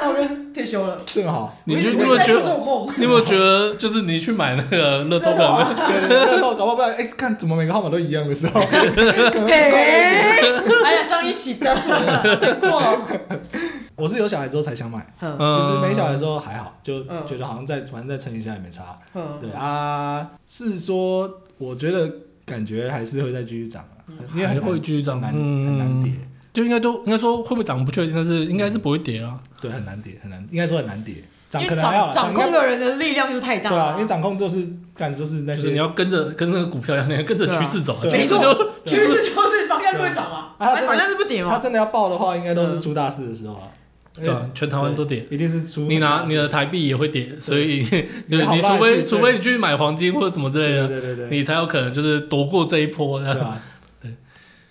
Speaker 2: 然后我就退休了。
Speaker 1: 正好。
Speaker 3: 你
Speaker 2: 我一
Speaker 3: 就
Speaker 2: 直
Speaker 3: 你有
Speaker 2: 我一直在
Speaker 3: 觉
Speaker 2: 做
Speaker 3: 得
Speaker 2: 这种梦，
Speaker 3: 你有没有觉得，就是你去买那个乐透可能
Speaker 1: 对对对，那时候搞不好不然，哎，看怎么每个号码都一样的时候，
Speaker 2: 哎，哎呀，上一起的过，
Speaker 1: 我是有小孩之后才想买，
Speaker 2: 嗯
Speaker 1: 就是没小孩之后还好，就
Speaker 2: 嗯
Speaker 1: 觉得好像再反正再撑一下也没差。
Speaker 2: 嗯
Speaker 1: 对啊，是说我觉得感觉还是会再继续涨啊，
Speaker 2: 嗯
Speaker 1: 因为很难
Speaker 3: 还会继续涨
Speaker 1: 很难
Speaker 3: 嗯
Speaker 1: 很难跌，
Speaker 3: 就应该都应该说会不会涨不确定，但是应该是不会跌啊。
Speaker 1: 对，很难跌，很难，应该说很难跌，涨
Speaker 2: 因
Speaker 1: 可
Speaker 2: 为
Speaker 1: 能还好
Speaker 2: 掌
Speaker 1: 啦，
Speaker 2: 掌
Speaker 1: 应该
Speaker 2: 控的人的力量就是太大
Speaker 1: 对啊，
Speaker 2: 了。
Speaker 1: 因为掌控就是干就是那
Speaker 3: 就是你
Speaker 1: 些
Speaker 3: 要跟着跟那个股票一样，你要跟着趋势走啊，
Speaker 1: 嗯对啊
Speaker 3: 趋势
Speaker 2: 对
Speaker 3: 就
Speaker 2: 趋势就是房价就会涨嘛，
Speaker 1: 对啊
Speaker 2: 哎反正是不跌
Speaker 1: 他
Speaker 2: 嘛。
Speaker 1: 真的要爆的话，应该都是出大事的时候啊，
Speaker 3: 嗯对啊，全台湾都跌。
Speaker 1: 对一定是出
Speaker 3: 你
Speaker 1: 很
Speaker 3: 拿
Speaker 1: 大事
Speaker 3: 你的台币也会跌，所以
Speaker 1: 你
Speaker 3: 你
Speaker 1: 好
Speaker 3: 你
Speaker 1: 吧
Speaker 3: 除
Speaker 1: 去
Speaker 3: 非
Speaker 1: 对
Speaker 3: 除非你去买黄金或者什么之类
Speaker 1: 对
Speaker 3: 的，
Speaker 1: 对对对对，
Speaker 3: 你才有可能就是躲过这一波
Speaker 1: 对
Speaker 3: 的。
Speaker 1: 吧？
Speaker 3: 对，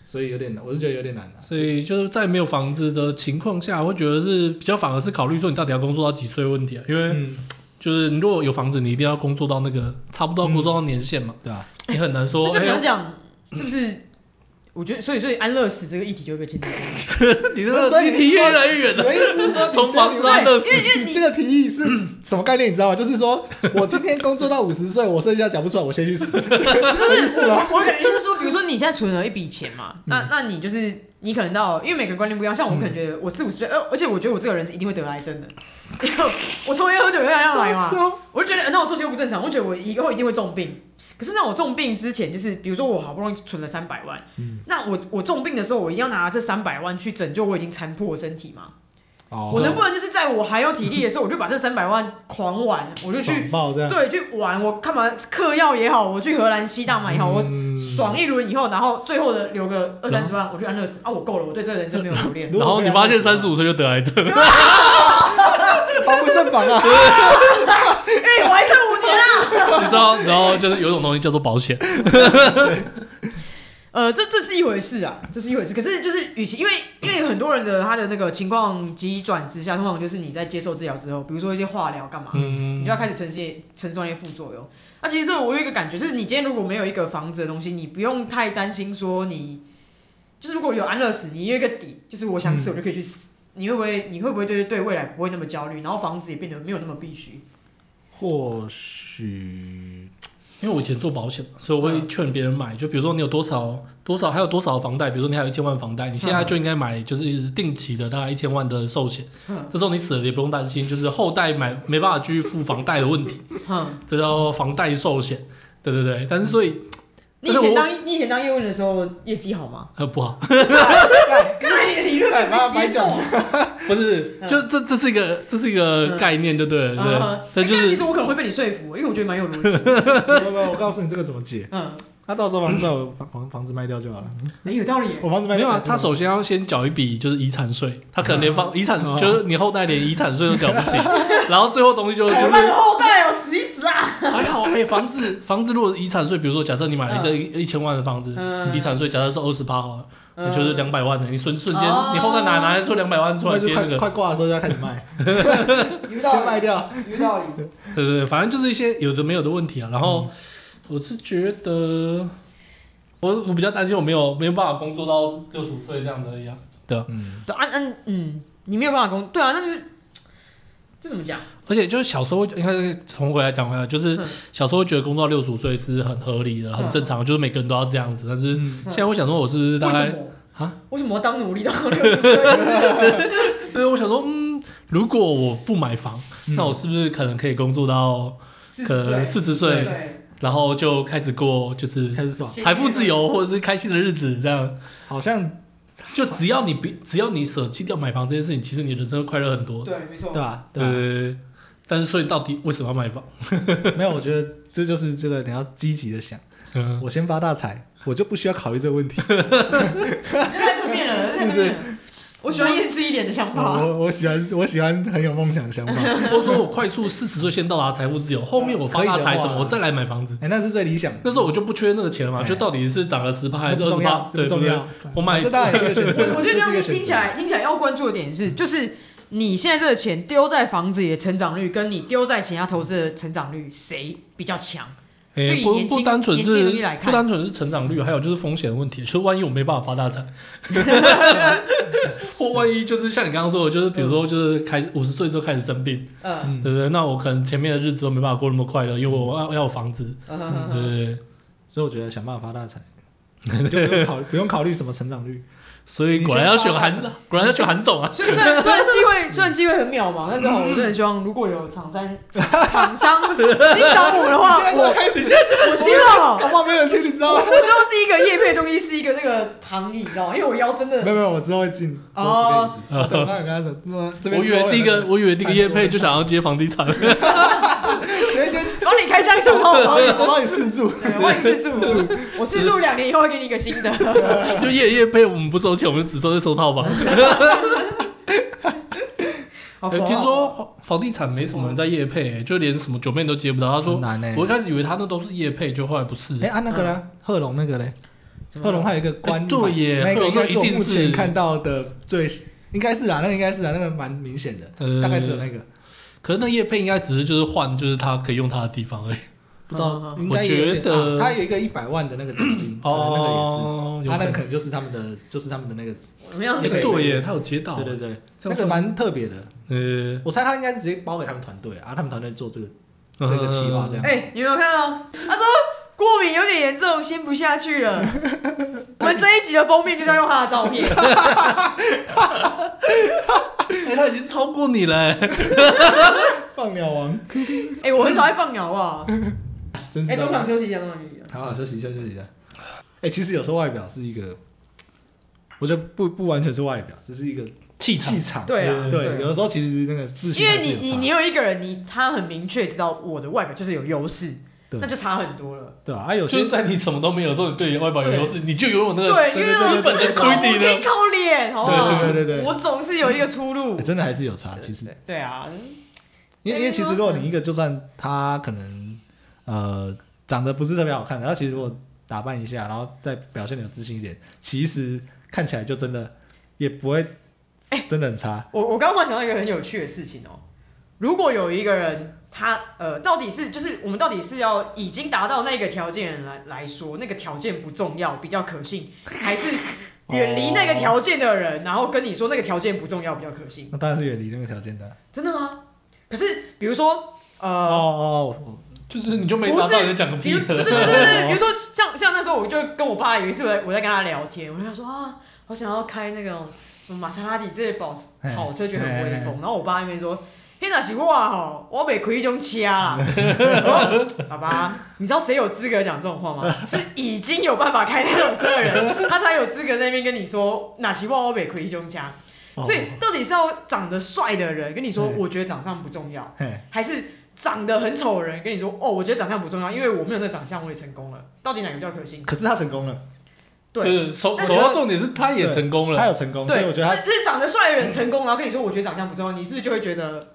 Speaker 1: 所以有点难，我是觉得有点难的。啊
Speaker 3: 所以就是在没有房子的情况下，我会觉得是比较反而是考虑说你到底要工作到几岁的问题啊，因为
Speaker 1: 嗯，
Speaker 3: 就是你如果有房子，你一定要工作到那个差不多要工作到年限嘛，
Speaker 1: 对啊，
Speaker 3: 你很难说
Speaker 2: 那就
Speaker 3: 哎
Speaker 2: 你
Speaker 3: 呦
Speaker 2: 要讲是不是？我觉得，所以所以安乐死这个议题就会被牵扯。
Speaker 3: 你这个啊
Speaker 1: 所以
Speaker 3: 离
Speaker 1: 你
Speaker 3: 题
Speaker 1: 说
Speaker 3: 越来越远
Speaker 1: 你
Speaker 3: 了。
Speaker 1: 的意思是说你
Speaker 3: 从房子啊
Speaker 1: 你
Speaker 3: 到乐死，
Speaker 1: 你这个提议是什么概念？你知道吗？就是说 我今天工作到五十岁，我剩下讲不出来，我先 去死。
Speaker 2: 不是不是，我我可能就是说，比如说你现在存了一笔钱
Speaker 3: 嗯
Speaker 2: 嘛，那那你就是你可能到，因为每个人观念不一样，像我可能
Speaker 3: 嗯
Speaker 2: 觉得我四五十岁，而呃而且我觉得我这个人是一定会得癌症的， 因为我抽烟喝酒有点要来 嘛，我就觉得，那我作息又不正常，我觉得我以后一定会重病。可是那我重病之前，就是比如说我好不容易存了三百万，
Speaker 3: 嗯
Speaker 2: 那我我重病的时候，我一定要拿这三百万去拯救我已经残破的身体嘛？
Speaker 1: 哦
Speaker 2: 我能不能就是在我还有体力的时候，我就把这三百万狂玩，我就去
Speaker 1: 爽爆这样？
Speaker 2: 对去玩，我干嘛嗑药也好，我去荷兰吸大麻也好，我爽一轮以后，然后最后的留个二三十万，我去安乐死啊！我够了，我对这个人生没有留 恋。
Speaker 1: 如
Speaker 3: 然
Speaker 1: 果
Speaker 3: 后
Speaker 1: 没
Speaker 3: 你
Speaker 1: 有
Speaker 3: 发现
Speaker 1: 那
Speaker 3: 三
Speaker 1: 个
Speaker 3: 十五岁就得癌症了，
Speaker 1: 防不胜防啊！
Speaker 2: 哎、我还剩五年 啊！
Speaker 3: 你知道？然后就是有一种东西叫做保险，
Speaker 2: 呃，这这是一回事啊，这是一回事。可是就是，与其因为因为很多人的他的那个情况急转直下，通常就是你在接受治疗之后，比如说一些化疗干嘛，你
Speaker 3: 嗯
Speaker 2: 就，要开始呈现承受一些副作用。那、其实这个我有一个感觉，就是你今天如果没有一个房子的东西，你不用太担心说你，就是如果有安乐死，你有一个底，就是我想死我就可以去死。你会不会你会不会对对未来不会那么焦虑？然后房子也变得没有那么必须。
Speaker 1: 或许
Speaker 3: 因为我以前做保险嘛，所以我会劝别人买，就比如说你有多少多少，还有多少房贷，比如说你还有一千万房贷，你现在就应该买就是定期的大概一千万的寿险
Speaker 2: 嗯，
Speaker 3: 这时候你死了也不用担心，就是后代买没办法继续付房贷的问题，
Speaker 2: 哼，
Speaker 3: 这叫房贷寿险。对对对，但是所以
Speaker 2: 你以前当你以前当业务员的时候业绩好 吗？
Speaker 3: 呃不好，
Speaker 2: 刚才你的理论
Speaker 1: 哎妈
Speaker 2: 没
Speaker 1: 白
Speaker 2: 接
Speaker 1: 讲
Speaker 2: 受。
Speaker 3: 不是，
Speaker 2: 嗯
Speaker 3: 就这这是一个这是一个
Speaker 2: 嗯
Speaker 3: 概念，就对了，
Speaker 2: 嗯
Speaker 3: 对，那
Speaker 2: 哎
Speaker 3: 就
Speaker 2: 但其
Speaker 3: 是
Speaker 2: 实我可能会被你说服，因为我觉得蛮有逻辑的。
Speaker 1: 不不，我告诉你这个怎么解。
Speaker 2: 嗯
Speaker 1: 那到时候房子我房房房子卖掉就好了，
Speaker 2: 哎，有道理耶。
Speaker 1: 我房子卖
Speaker 3: 没有
Speaker 1: 掉
Speaker 3: 啊，
Speaker 1: 就好
Speaker 3: 他
Speaker 1: 了
Speaker 3: 首先要先缴一笔就是遗产税，他可能 连房遗产
Speaker 2: 哦
Speaker 3: 就是你后代连遗产税都缴不起，然后最后东西就
Speaker 2: 我
Speaker 3: 就是
Speaker 2: 们的后代哦，死一死啊！
Speaker 3: 还好哎、房子房子如果遗产税，比如说假设你买了一个一一千万的房子，
Speaker 2: 嗯
Speaker 3: 遗产税假设是二十八好了，
Speaker 2: 嗯
Speaker 3: 那就是两百万的，你瞬瞬间
Speaker 2: 哦
Speaker 3: 你后代哪拿得出两百万出
Speaker 1: 那
Speaker 3: 来接
Speaker 1: 就
Speaker 3: 那
Speaker 1: 快
Speaker 3: 个？
Speaker 1: 快挂的时候就要开始卖，
Speaker 2: 有
Speaker 1: 先
Speaker 2: 道
Speaker 1: 卖掉。
Speaker 2: 理，有道理。
Speaker 3: 对对对，反正就是一些有的没有的问题啊。然后我是觉得，我我比较担心我没有没有办法工作到六十五岁这样子而已啊。对啊，
Speaker 1: 嗯，
Speaker 2: 对啊，嗯嗯，你没有办法工，对啊，那就是这怎么讲？
Speaker 3: 而且就是小时候，你看从回来讲回来，就是
Speaker 2: 嗯
Speaker 3: 小时候觉得工作到六十五岁是很合理的，很正常，就是每个人都要这样子。但是
Speaker 1: 嗯
Speaker 3: 现在我想说，我是不是大
Speaker 2: 为
Speaker 3: 概
Speaker 2: 什么
Speaker 3: 啊？
Speaker 2: 为什么要当奴隶到六十岁？
Speaker 3: 所以我想说，嗯，如果我不买房，
Speaker 1: 嗯
Speaker 3: 那我是不是可能可以工作到
Speaker 2: 四
Speaker 3: 可
Speaker 2: 十
Speaker 3: 能
Speaker 2: 岁，
Speaker 3: 四十岁，
Speaker 2: 对，
Speaker 3: 然后就开始过就是
Speaker 1: 开始爽，
Speaker 3: 财富自由或者是开心的日子，这样
Speaker 1: 好像
Speaker 3: 就只要你不只要你舍弃掉买房这件事情，其实你人生会快乐很多。
Speaker 2: 对，没错
Speaker 1: 对。吧？
Speaker 3: 对啊
Speaker 1: 吧
Speaker 3: 对但是所以到底为什么要买房？
Speaker 1: 没有，我觉得这就是这个你要积极的想，
Speaker 3: 嗯，
Speaker 1: 我先发大财，我就不需要考虑这个问 题。
Speaker 2: 这太正面了，这太正面了。我喜欢厌世一点的想法。
Speaker 1: 我我喜欢我喜欢很有梦想的 想法，
Speaker 3: 或者说我快速四十岁先到达财富自由，后面我发大财什
Speaker 1: 可以的
Speaker 3: 么，
Speaker 1: 话
Speaker 3: 我再来买房子。
Speaker 1: 哎，那是最理想的。
Speaker 3: 那时候我就不缺那个钱了嘛，
Speaker 1: 哎
Speaker 3: 就到底是涨了十趴还
Speaker 1: 那
Speaker 3: 是
Speaker 1: 不
Speaker 3: 二
Speaker 1: 重
Speaker 3: 十
Speaker 1: 要
Speaker 3: 趴，，
Speaker 1: 这
Speaker 3: 对
Speaker 1: 不重
Speaker 3: 对
Speaker 1: 要。
Speaker 3: 我买
Speaker 1: 这当然也是一个选择。
Speaker 2: 我觉得这样
Speaker 1: 是一
Speaker 2: 子
Speaker 1: 个选择
Speaker 2: 听起来听起来要关注的点是，就是你现在这个钱丢在房子里的成长率，跟你丢在其他投资的成长率，谁比较强？就
Speaker 3: 诶、
Speaker 2: 以
Speaker 3: 哎不
Speaker 2: 年轻
Speaker 3: 不单纯
Speaker 2: 年轻
Speaker 3: 是
Speaker 2: 人力来看
Speaker 3: 不单纯是成长率，还有就是风险的问题。就是万一我没办法发 大财，或万一就是像你刚刚说的，就是比如说就是开五十岁之后开始生病，
Speaker 2: 嗯
Speaker 1: 嗯
Speaker 3: 对不对？那我可能前面的日子都没办法过那么快乐，因为我要要有房子，
Speaker 2: 嗯
Speaker 3: 对
Speaker 2: 嗯嗯
Speaker 3: 不对？
Speaker 1: 所以我觉得想办法发大财，你就不用考不用考虑什么成长 率。
Speaker 3: 所以果然要选韩
Speaker 1: 你先发，
Speaker 3: 果然要选韩总啊！
Speaker 2: 虽虽然虽然机会虽然机会很渺茫，但是哦我真的希望如果有厂商 厂商欣赏我的话，
Speaker 1: 现在
Speaker 2: 我
Speaker 1: 就开始，现在
Speaker 2: 我希望
Speaker 1: 搞不好没人听，你知道吗？
Speaker 2: 我希望第一个夜配的东西是一个那个躺椅，你知道吗？因为我腰真
Speaker 1: 没
Speaker 2: 的，
Speaker 1: 有没有，我之后会进桌
Speaker 2: 哦
Speaker 1: 子跟椅子。等到你跟他说说，这边
Speaker 3: 我以为第一个，我以为第一个业配就
Speaker 1: 想
Speaker 3: 想要接房地产，
Speaker 1: 直接先，
Speaker 2: 然后你开箱小号，
Speaker 1: 我
Speaker 2: 然 后
Speaker 1: 帮
Speaker 2: 你
Speaker 1: 你我帮你试 住，
Speaker 2: 对我也 试住，我试住两年以后会给你一个新的。
Speaker 3: 就业业配我们不收钱，我们只收这收套 房。
Speaker 2: 好
Speaker 3: 哎
Speaker 2: 佛啊
Speaker 3: 听说房房地产没什么人在业配、就连什么九妹都接不到。他说
Speaker 1: 很难欸
Speaker 3: 我一开始以为他那都是业配，就后来不是。
Speaker 1: 哎，按那个呢？贺龙那个嘞？
Speaker 2: 怎么
Speaker 1: 贺
Speaker 2: 了
Speaker 1: 龙他有一个关，
Speaker 3: 哎嗯对耶
Speaker 1: 那个
Speaker 3: 贺龙
Speaker 1: 应该
Speaker 3: 那
Speaker 1: 是我
Speaker 3: 一定
Speaker 1: 目前
Speaker 3: 是
Speaker 1: 看到的最，应该是啦，那个应该是啦，那个蛮明显的，
Speaker 3: 呃
Speaker 1: 大概只有那个，
Speaker 3: 可是那叶配应该只是就是换，就是他可以用他的地方而已。
Speaker 1: 不知道
Speaker 2: 嗯，
Speaker 1: 应该
Speaker 3: 我
Speaker 1: 有一
Speaker 3: 觉
Speaker 1: 点啊
Speaker 3: 得
Speaker 1: 他有一个一百万的那个奖金，可能那个也是。
Speaker 3: 哦，有
Speaker 1: 他那个
Speaker 3: 可
Speaker 1: 可能就是他们的，就是他们的那个，
Speaker 2: 怎么样
Speaker 3: 能
Speaker 1: 也
Speaker 3: 哎
Speaker 1: 对
Speaker 3: 对耶，他有接到。
Speaker 1: 对对对，
Speaker 3: 这
Speaker 1: 那个
Speaker 3: 样算
Speaker 1: 蛮特别的。
Speaker 3: 呃，
Speaker 1: 我猜他应该是直接包给他们团队啊，他们团队做这个
Speaker 3: 呃
Speaker 1: 这个企划
Speaker 3: 嗯
Speaker 1: 这样。
Speaker 2: 哎，你有没有看到？他说过敏有点严重，先不下 去了。我们这一集的封面就是要用他的照片，
Speaker 3: 哎、他已经超过你了、哎
Speaker 1: 放鸟王，
Speaker 2: 哎，我很少爱放鸟啊。
Speaker 1: 真是
Speaker 2: 哎，中场
Speaker 1: 好
Speaker 2: 休息一下，中场休息一下。
Speaker 1: 好休息一下，休息一下。哎，其实有时候外表是一个，我觉得不不完全是外表，只是一个
Speaker 3: 气场
Speaker 1: 气。场。
Speaker 2: 对啊，
Speaker 1: 对，
Speaker 2: 啊
Speaker 1: 有的时候其实那个自信
Speaker 2: 因
Speaker 1: 还
Speaker 2: 为
Speaker 1: 是
Speaker 2: 你
Speaker 1: 有差，
Speaker 2: 你你有一个人，你他很明确知道我的外表就是有优势，
Speaker 1: 对
Speaker 2: 那就差很多了。
Speaker 1: 对吧？啊，有
Speaker 3: 就
Speaker 1: 些
Speaker 3: 是在你什么都没有的时候，你对你外表有优势，你就拥有那个
Speaker 2: 对，因
Speaker 1: 对对
Speaker 2: 为
Speaker 1: 对
Speaker 2: 我
Speaker 1: 对
Speaker 2: 至少我可以靠脸，好不好？
Speaker 1: 对对对对对
Speaker 2: 我总是有一个出路
Speaker 1: 哎。真的还是有差，其实。
Speaker 2: 对啊，
Speaker 1: 因为因为其实如果你一个就算他可能呃长得不是特别好看，然后其实如果打扮一下，然后再表现的有自信一点，其实看起来就真的也不会真的很差。
Speaker 2: 我我刚刚忽然想到一个很有趣的事情哦。如果有一个人，他呃，到底是就是我们到底是要已经达到那个条件的人来来说，那个条件不重要比较可信，还是远离那个条件的人，然后跟你说那个条件不重要比较可信？
Speaker 1: 那当然是远离那个条件的。
Speaker 2: 真的吗？可是比如说
Speaker 1: 哦
Speaker 2: 呃，
Speaker 1: 哦，我
Speaker 3: 就是你就没达
Speaker 2: 不
Speaker 3: 到，
Speaker 2: 是
Speaker 3: 你就讲个
Speaker 2: 比
Speaker 3: 屁
Speaker 2: 如对
Speaker 3: 了
Speaker 2: 对对对对，比如说像像那时候，我就跟我爸有一次我在我在跟他聊天，我就跟他说啊，我想要开那种什么玛莎拉蒂这类跑
Speaker 1: 嘿
Speaker 2: 跑车，觉得很威
Speaker 1: 嘿嘿
Speaker 2: 风。然后我爸那边说。天哪，是我吼，我被亏一种车 啦。我说爸爸，你知道谁有资格讲这种话吗？是已经有办法开那种车的人，他才有资格在那边跟你说哪是我我被亏一种车。
Speaker 1: 哦
Speaker 2: 所以到底是要长得帅的人跟你说，
Speaker 1: 嗯
Speaker 2: 我觉得长相不重要，
Speaker 1: 嘿，
Speaker 2: 还是长得很丑的人跟你说，哦，我觉得长相不重要，因为我没有那长相，我也成功了。到底哪个比较可信？
Speaker 1: 可是他成功了，
Speaker 3: 就
Speaker 2: 对
Speaker 3: 是首
Speaker 1: 但
Speaker 3: 首
Speaker 1: 我觉
Speaker 3: 要
Speaker 1: 得
Speaker 3: 重点是他也成功
Speaker 1: 他
Speaker 3: 了，
Speaker 1: 有成功，所以
Speaker 2: 对，
Speaker 1: 我觉得他
Speaker 2: 但是长得帅的人成功，然后跟你说我觉得长相不重要，你是不是就会觉得，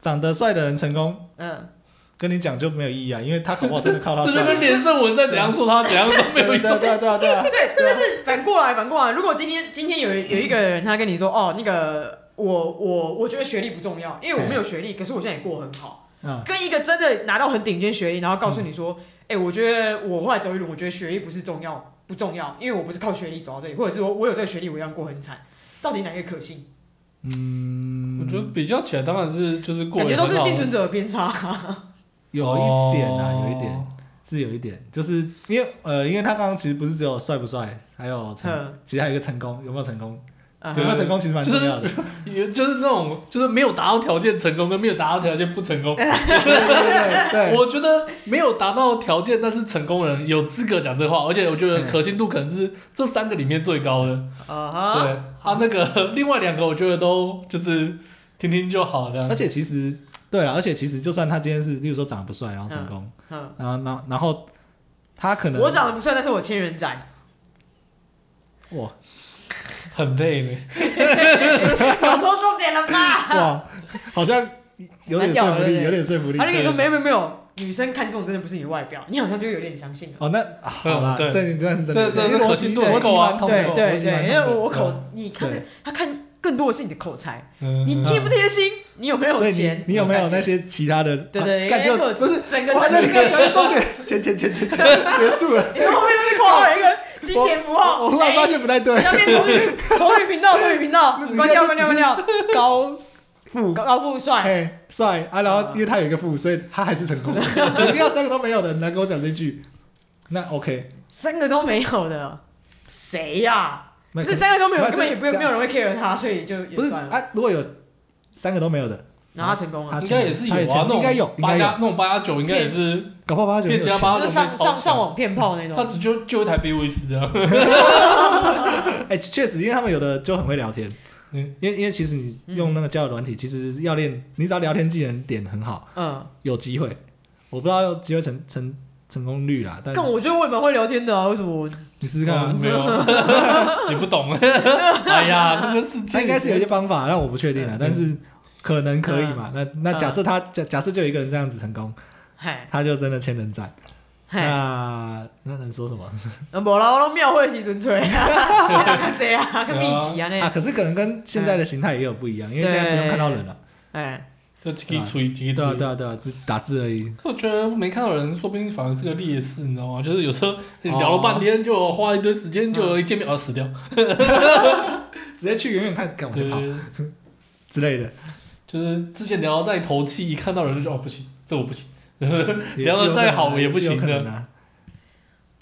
Speaker 1: 长得帅的人成功，
Speaker 2: 嗯，
Speaker 1: 跟你讲就没有意义啊，因为他搞不好真的靠他
Speaker 3: 这就
Speaker 1: 帅。
Speaker 3: 跟连胜文再怎样说他怎样都没
Speaker 1: 对
Speaker 3: 有
Speaker 1: 对对
Speaker 3: 用。
Speaker 1: 对对啊对，
Speaker 2: 嗯对，但是反过来，反过来，如果今天今天有有一个人他跟你说，哦，那个我我我觉得学历不重要，因为我没有
Speaker 1: 啊
Speaker 2: 学历，可是我现在也过得很好，
Speaker 1: 嗯，
Speaker 2: 跟一个真的拿到很顶尖学历，然后告诉你说，哎、我觉得我后来走一轮，我觉得学历不是重要不重要，因为我不是靠学历走到这里，或者是我我有这个学历，我一样过很惨，到底哪个可信？
Speaker 1: 嗯
Speaker 3: 我觉得比较起来，当然是就是过
Speaker 2: 感
Speaker 3: 得
Speaker 2: 觉都是
Speaker 3: 很好
Speaker 2: 幸存者的偏差。
Speaker 1: 有一点啊，有一
Speaker 2: 哦
Speaker 3: 哦
Speaker 1: 点。是有一点，就是因为呃，因为他刚刚其实不是只有帅不帅，还有成
Speaker 2: 嗯，
Speaker 1: 其实还有一个成功有没有成功，
Speaker 2: 嗯
Speaker 1: 有
Speaker 2: 哼
Speaker 1: 没有成功其实蛮重要的。
Speaker 3: 有就是那种就是没有达到条件成功跟没有达到条件 不成功。
Speaker 1: 对对对对，
Speaker 3: 我觉得没有达到条件但是成功的人有资格讲这话，而且我觉得可信度可能是这三个里面最高的。
Speaker 2: 啊
Speaker 3: 对
Speaker 2: 哈，
Speaker 3: 啊，那个 另外两个我觉得都就是听听就好这样
Speaker 1: 而。且其实对啊了，而且其实就算他今天是，例如说长得不帅，然后成功，
Speaker 2: 嗯，
Speaker 1: 然后然后然后他可能
Speaker 2: 我长得不帅，但是我千人斩，
Speaker 1: 哇
Speaker 3: 很累呢。
Speaker 2: 搞错重点了吧？
Speaker 1: 哇，好像有点说服力，
Speaker 2: 蛮屌的
Speaker 1: 有点说服力。
Speaker 2: 他就跟你说
Speaker 1: 对
Speaker 2: 没有没有没有，女生看中真的不是你的外表，你好像就有点相信了。
Speaker 1: 哦，那啊好啦，
Speaker 3: 嗯对
Speaker 1: 对，你这是真
Speaker 3: 这
Speaker 1: 的，
Speaker 3: 这
Speaker 1: 因为
Speaker 3: 这
Speaker 1: 逻
Speaker 3: 可
Speaker 1: 辑
Speaker 3: 信度
Speaker 1: 逻
Speaker 3: 很
Speaker 1: 辑
Speaker 3: 够啊
Speaker 1: 蛮通的，
Speaker 2: 对对
Speaker 1: 逻辑蛮
Speaker 2: 对，因为
Speaker 1: 通的
Speaker 2: 我口
Speaker 1: 对
Speaker 2: 你看
Speaker 1: 嗯对
Speaker 2: 他看更多的是你的口才，
Speaker 3: 嗯
Speaker 2: 你贴不贴心，你有没有
Speaker 1: 所以
Speaker 2: 钱
Speaker 1: 你，你有没有那
Speaker 2: 感觉？
Speaker 1: 些其他的？
Speaker 2: 对对，
Speaker 1: 啊干
Speaker 2: 因为
Speaker 1: 就
Speaker 2: 口
Speaker 1: 不是，
Speaker 2: 整个
Speaker 1: 我还
Speaker 2: 整
Speaker 1: 在
Speaker 2: 个，
Speaker 1: 里面讲重点，钱钱钱钱钱结束了。
Speaker 2: 你后面都是括号一个金钱符号，
Speaker 1: 我我忽然发
Speaker 2: 哎
Speaker 1: 现不太对
Speaker 2: 你，要变丑女丑女频道，丑女频道，
Speaker 1: 你
Speaker 2: 关掉关
Speaker 1: 现在
Speaker 2: 掉
Speaker 1: 就
Speaker 2: 关
Speaker 1: 只是
Speaker 2: 掉，
Speaker 1: 高富
Speaker 2: 高高富帅，
Speaker 1: 哎，帅啊！然后因为他有一个富，所以他还是成功的。你一定要三个都没有的，你来跟我讲这句，那 OK。
Speaker 2: 三个都没有的，谁呀？
Speaker 1: 那
Speaker 2: 不
Speaker 1: 可
Speaker 2: 是三个都没有，
Speaker 1: 那
Speaker 2: 根本也不
Speaker 1: 这
Speaker 2: 没有人会 care 他，所以就也
Speaker 1: 不是
Speaker 2: 算了。
Speaker 1: 啊？如果有三个都没有的，
Speaker 2: 然后他成功了
Speaker 1: 他，
Speaker 3: 应该也是有
Speaker 1: 他有
Speaker 3: 啊，
Speaker 1: 钱
Speaker 3: 那
Speaker 1: 应该有
Speaker 3: 种八
Speaker 1: 应该有
Speaker 3: 加那种八加九应该也是，
Speaker 1: 搞不好八九
Speaker 3: 骗
Speaker 1: 没有
Speaker 3: 加
Speaker 1: 钱
Speaker 3: 八
Speaker 2: 就是上上上网骗炮那
Speaker 3: 他
Speaker 2: 种。
Speaker 3: 只就就一台比威斯啊。
Speaker 1: 哎，确实，因为他们有的就很会聊天。
Speaker 3: 嗯
Speaker 1: 因为因为其实你用那个交友软体，其实要练，你只要聊天技能点很好，
Speaker 2: 嗯，
Speaker 1: 有机会。我不知道有机会成成成功率啦，但
Speaker 2: 但我觉得我也蛮会聊天的啊，为什么我？
Speaker 1: 你试试看啊
Speaker 3: 嗯。 没有，你不懂。 哎呀，这个事情
Speaker 1: 他应该是有一些方法，但我不确定了，但是可能可以嘛。那那假设他假假设就有一个人这样子成功，
Speaker 2: 嗨
Speaker 1: 他就真的千人斩。
Speaker 2: 嗨，
Speaker 1: 那那能说什么
Speaker 2: 那无啦，我拢庙会时 阵吹 啊，这啊，个秘籍啊
Speaker 1: 啊？
Speaker 2: 呢，
Speaker 1: 可是可能跟现在的形态也有不一样，因为现在不用看到人了。
Speaker 2: 哎，
Speaker 3: 就几个锤几
Speaker 1: 对啊对
Speaker 3: 个锤。
Speaker 1: 啊对啊，只打字而已。
Speaker 3: 可我觉得没看到人，说不定反而是个劣势，你知道吗？就是有时候你聊了半
Speaker 1: 哦
Speaker 3: 天，就花一堆时间，
Speaker 1: 嗯
Speaker 3: 就一见面哦死掉，
Speaker 1: 直接去远远看，赶我就跑
Speaker 3: 对
Speaker 1: 之类的，
Speaker 3: 就是之前聊到再投气，一看到人就觉得哦不行，这我不行。
Speaker 1: 也是有
Speaker 3: 聊得再好
Speaker 1: 可能啊也
Speaker 3: 也不
Speaker 1: 是有
Speaker 3: 行
Speaker 1: 可能
Speaker 3: 的
Speaker 1: 啊。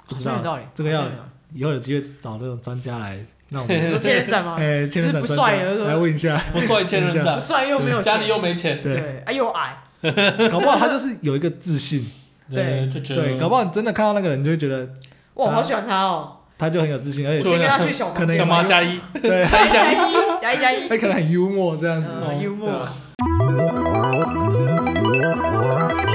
Speaker 1: 不
Speaker 2: 好
Speaker 1: 知
Speaker 2: 像有
Speaker 1: 道，
Speaker 2: 道理，
Speaker 1: 这个要
Speaker 2: 好像有道
Speaker 1: 以后有机会找那种专家来让我
Speaker 2: 理。
Speaker 1: 们
Speaker 2: 你说千人斩吗？
Speaker 1: 哎，千人斩
Speaker 2: 就是不
Speaker 1: 专
Speaker 2: 帅
Speaker 1: 家
Speaker 2: 的是吧
Speaker 1: 来问一 下，
Speaker 3: 不帅千人
Speaker 2: 不
Speaker 3: 斩，
Speaker 2: 帅又没有
Speaker 3: 家
Speaker 2: 钱，
Speaker 3: 里又没钱，
Speaker 1: 对，
Speaker 2: 对，啊又矮，
Speaker 1: 搞不好他就是有一个自信。
Speaker 3: 对，呃就觉得
Speaker 1: 对，搞不好你真的看到那个人，你就会觉得
Speaker 2: 哇，我好喜欢他哦，
Speaker 1: 他就很有自信，而
Speaker 2: 我
Speaker 1: 且
Speaker 2: 先跟他去小
Speaker 1: 啊可
Speaker 2: 房
Speaker 1: 能也
Speaker 2: 间
Speaker 3: 干嘛加一？
Speaker 1: 对，
Speaker 2: 加一加一 加一加一，嗯
Speaker 1: 哦啊他可能很幽默这样子。
Speaker 2: 嗯，幽默
Speaker 1: 对啊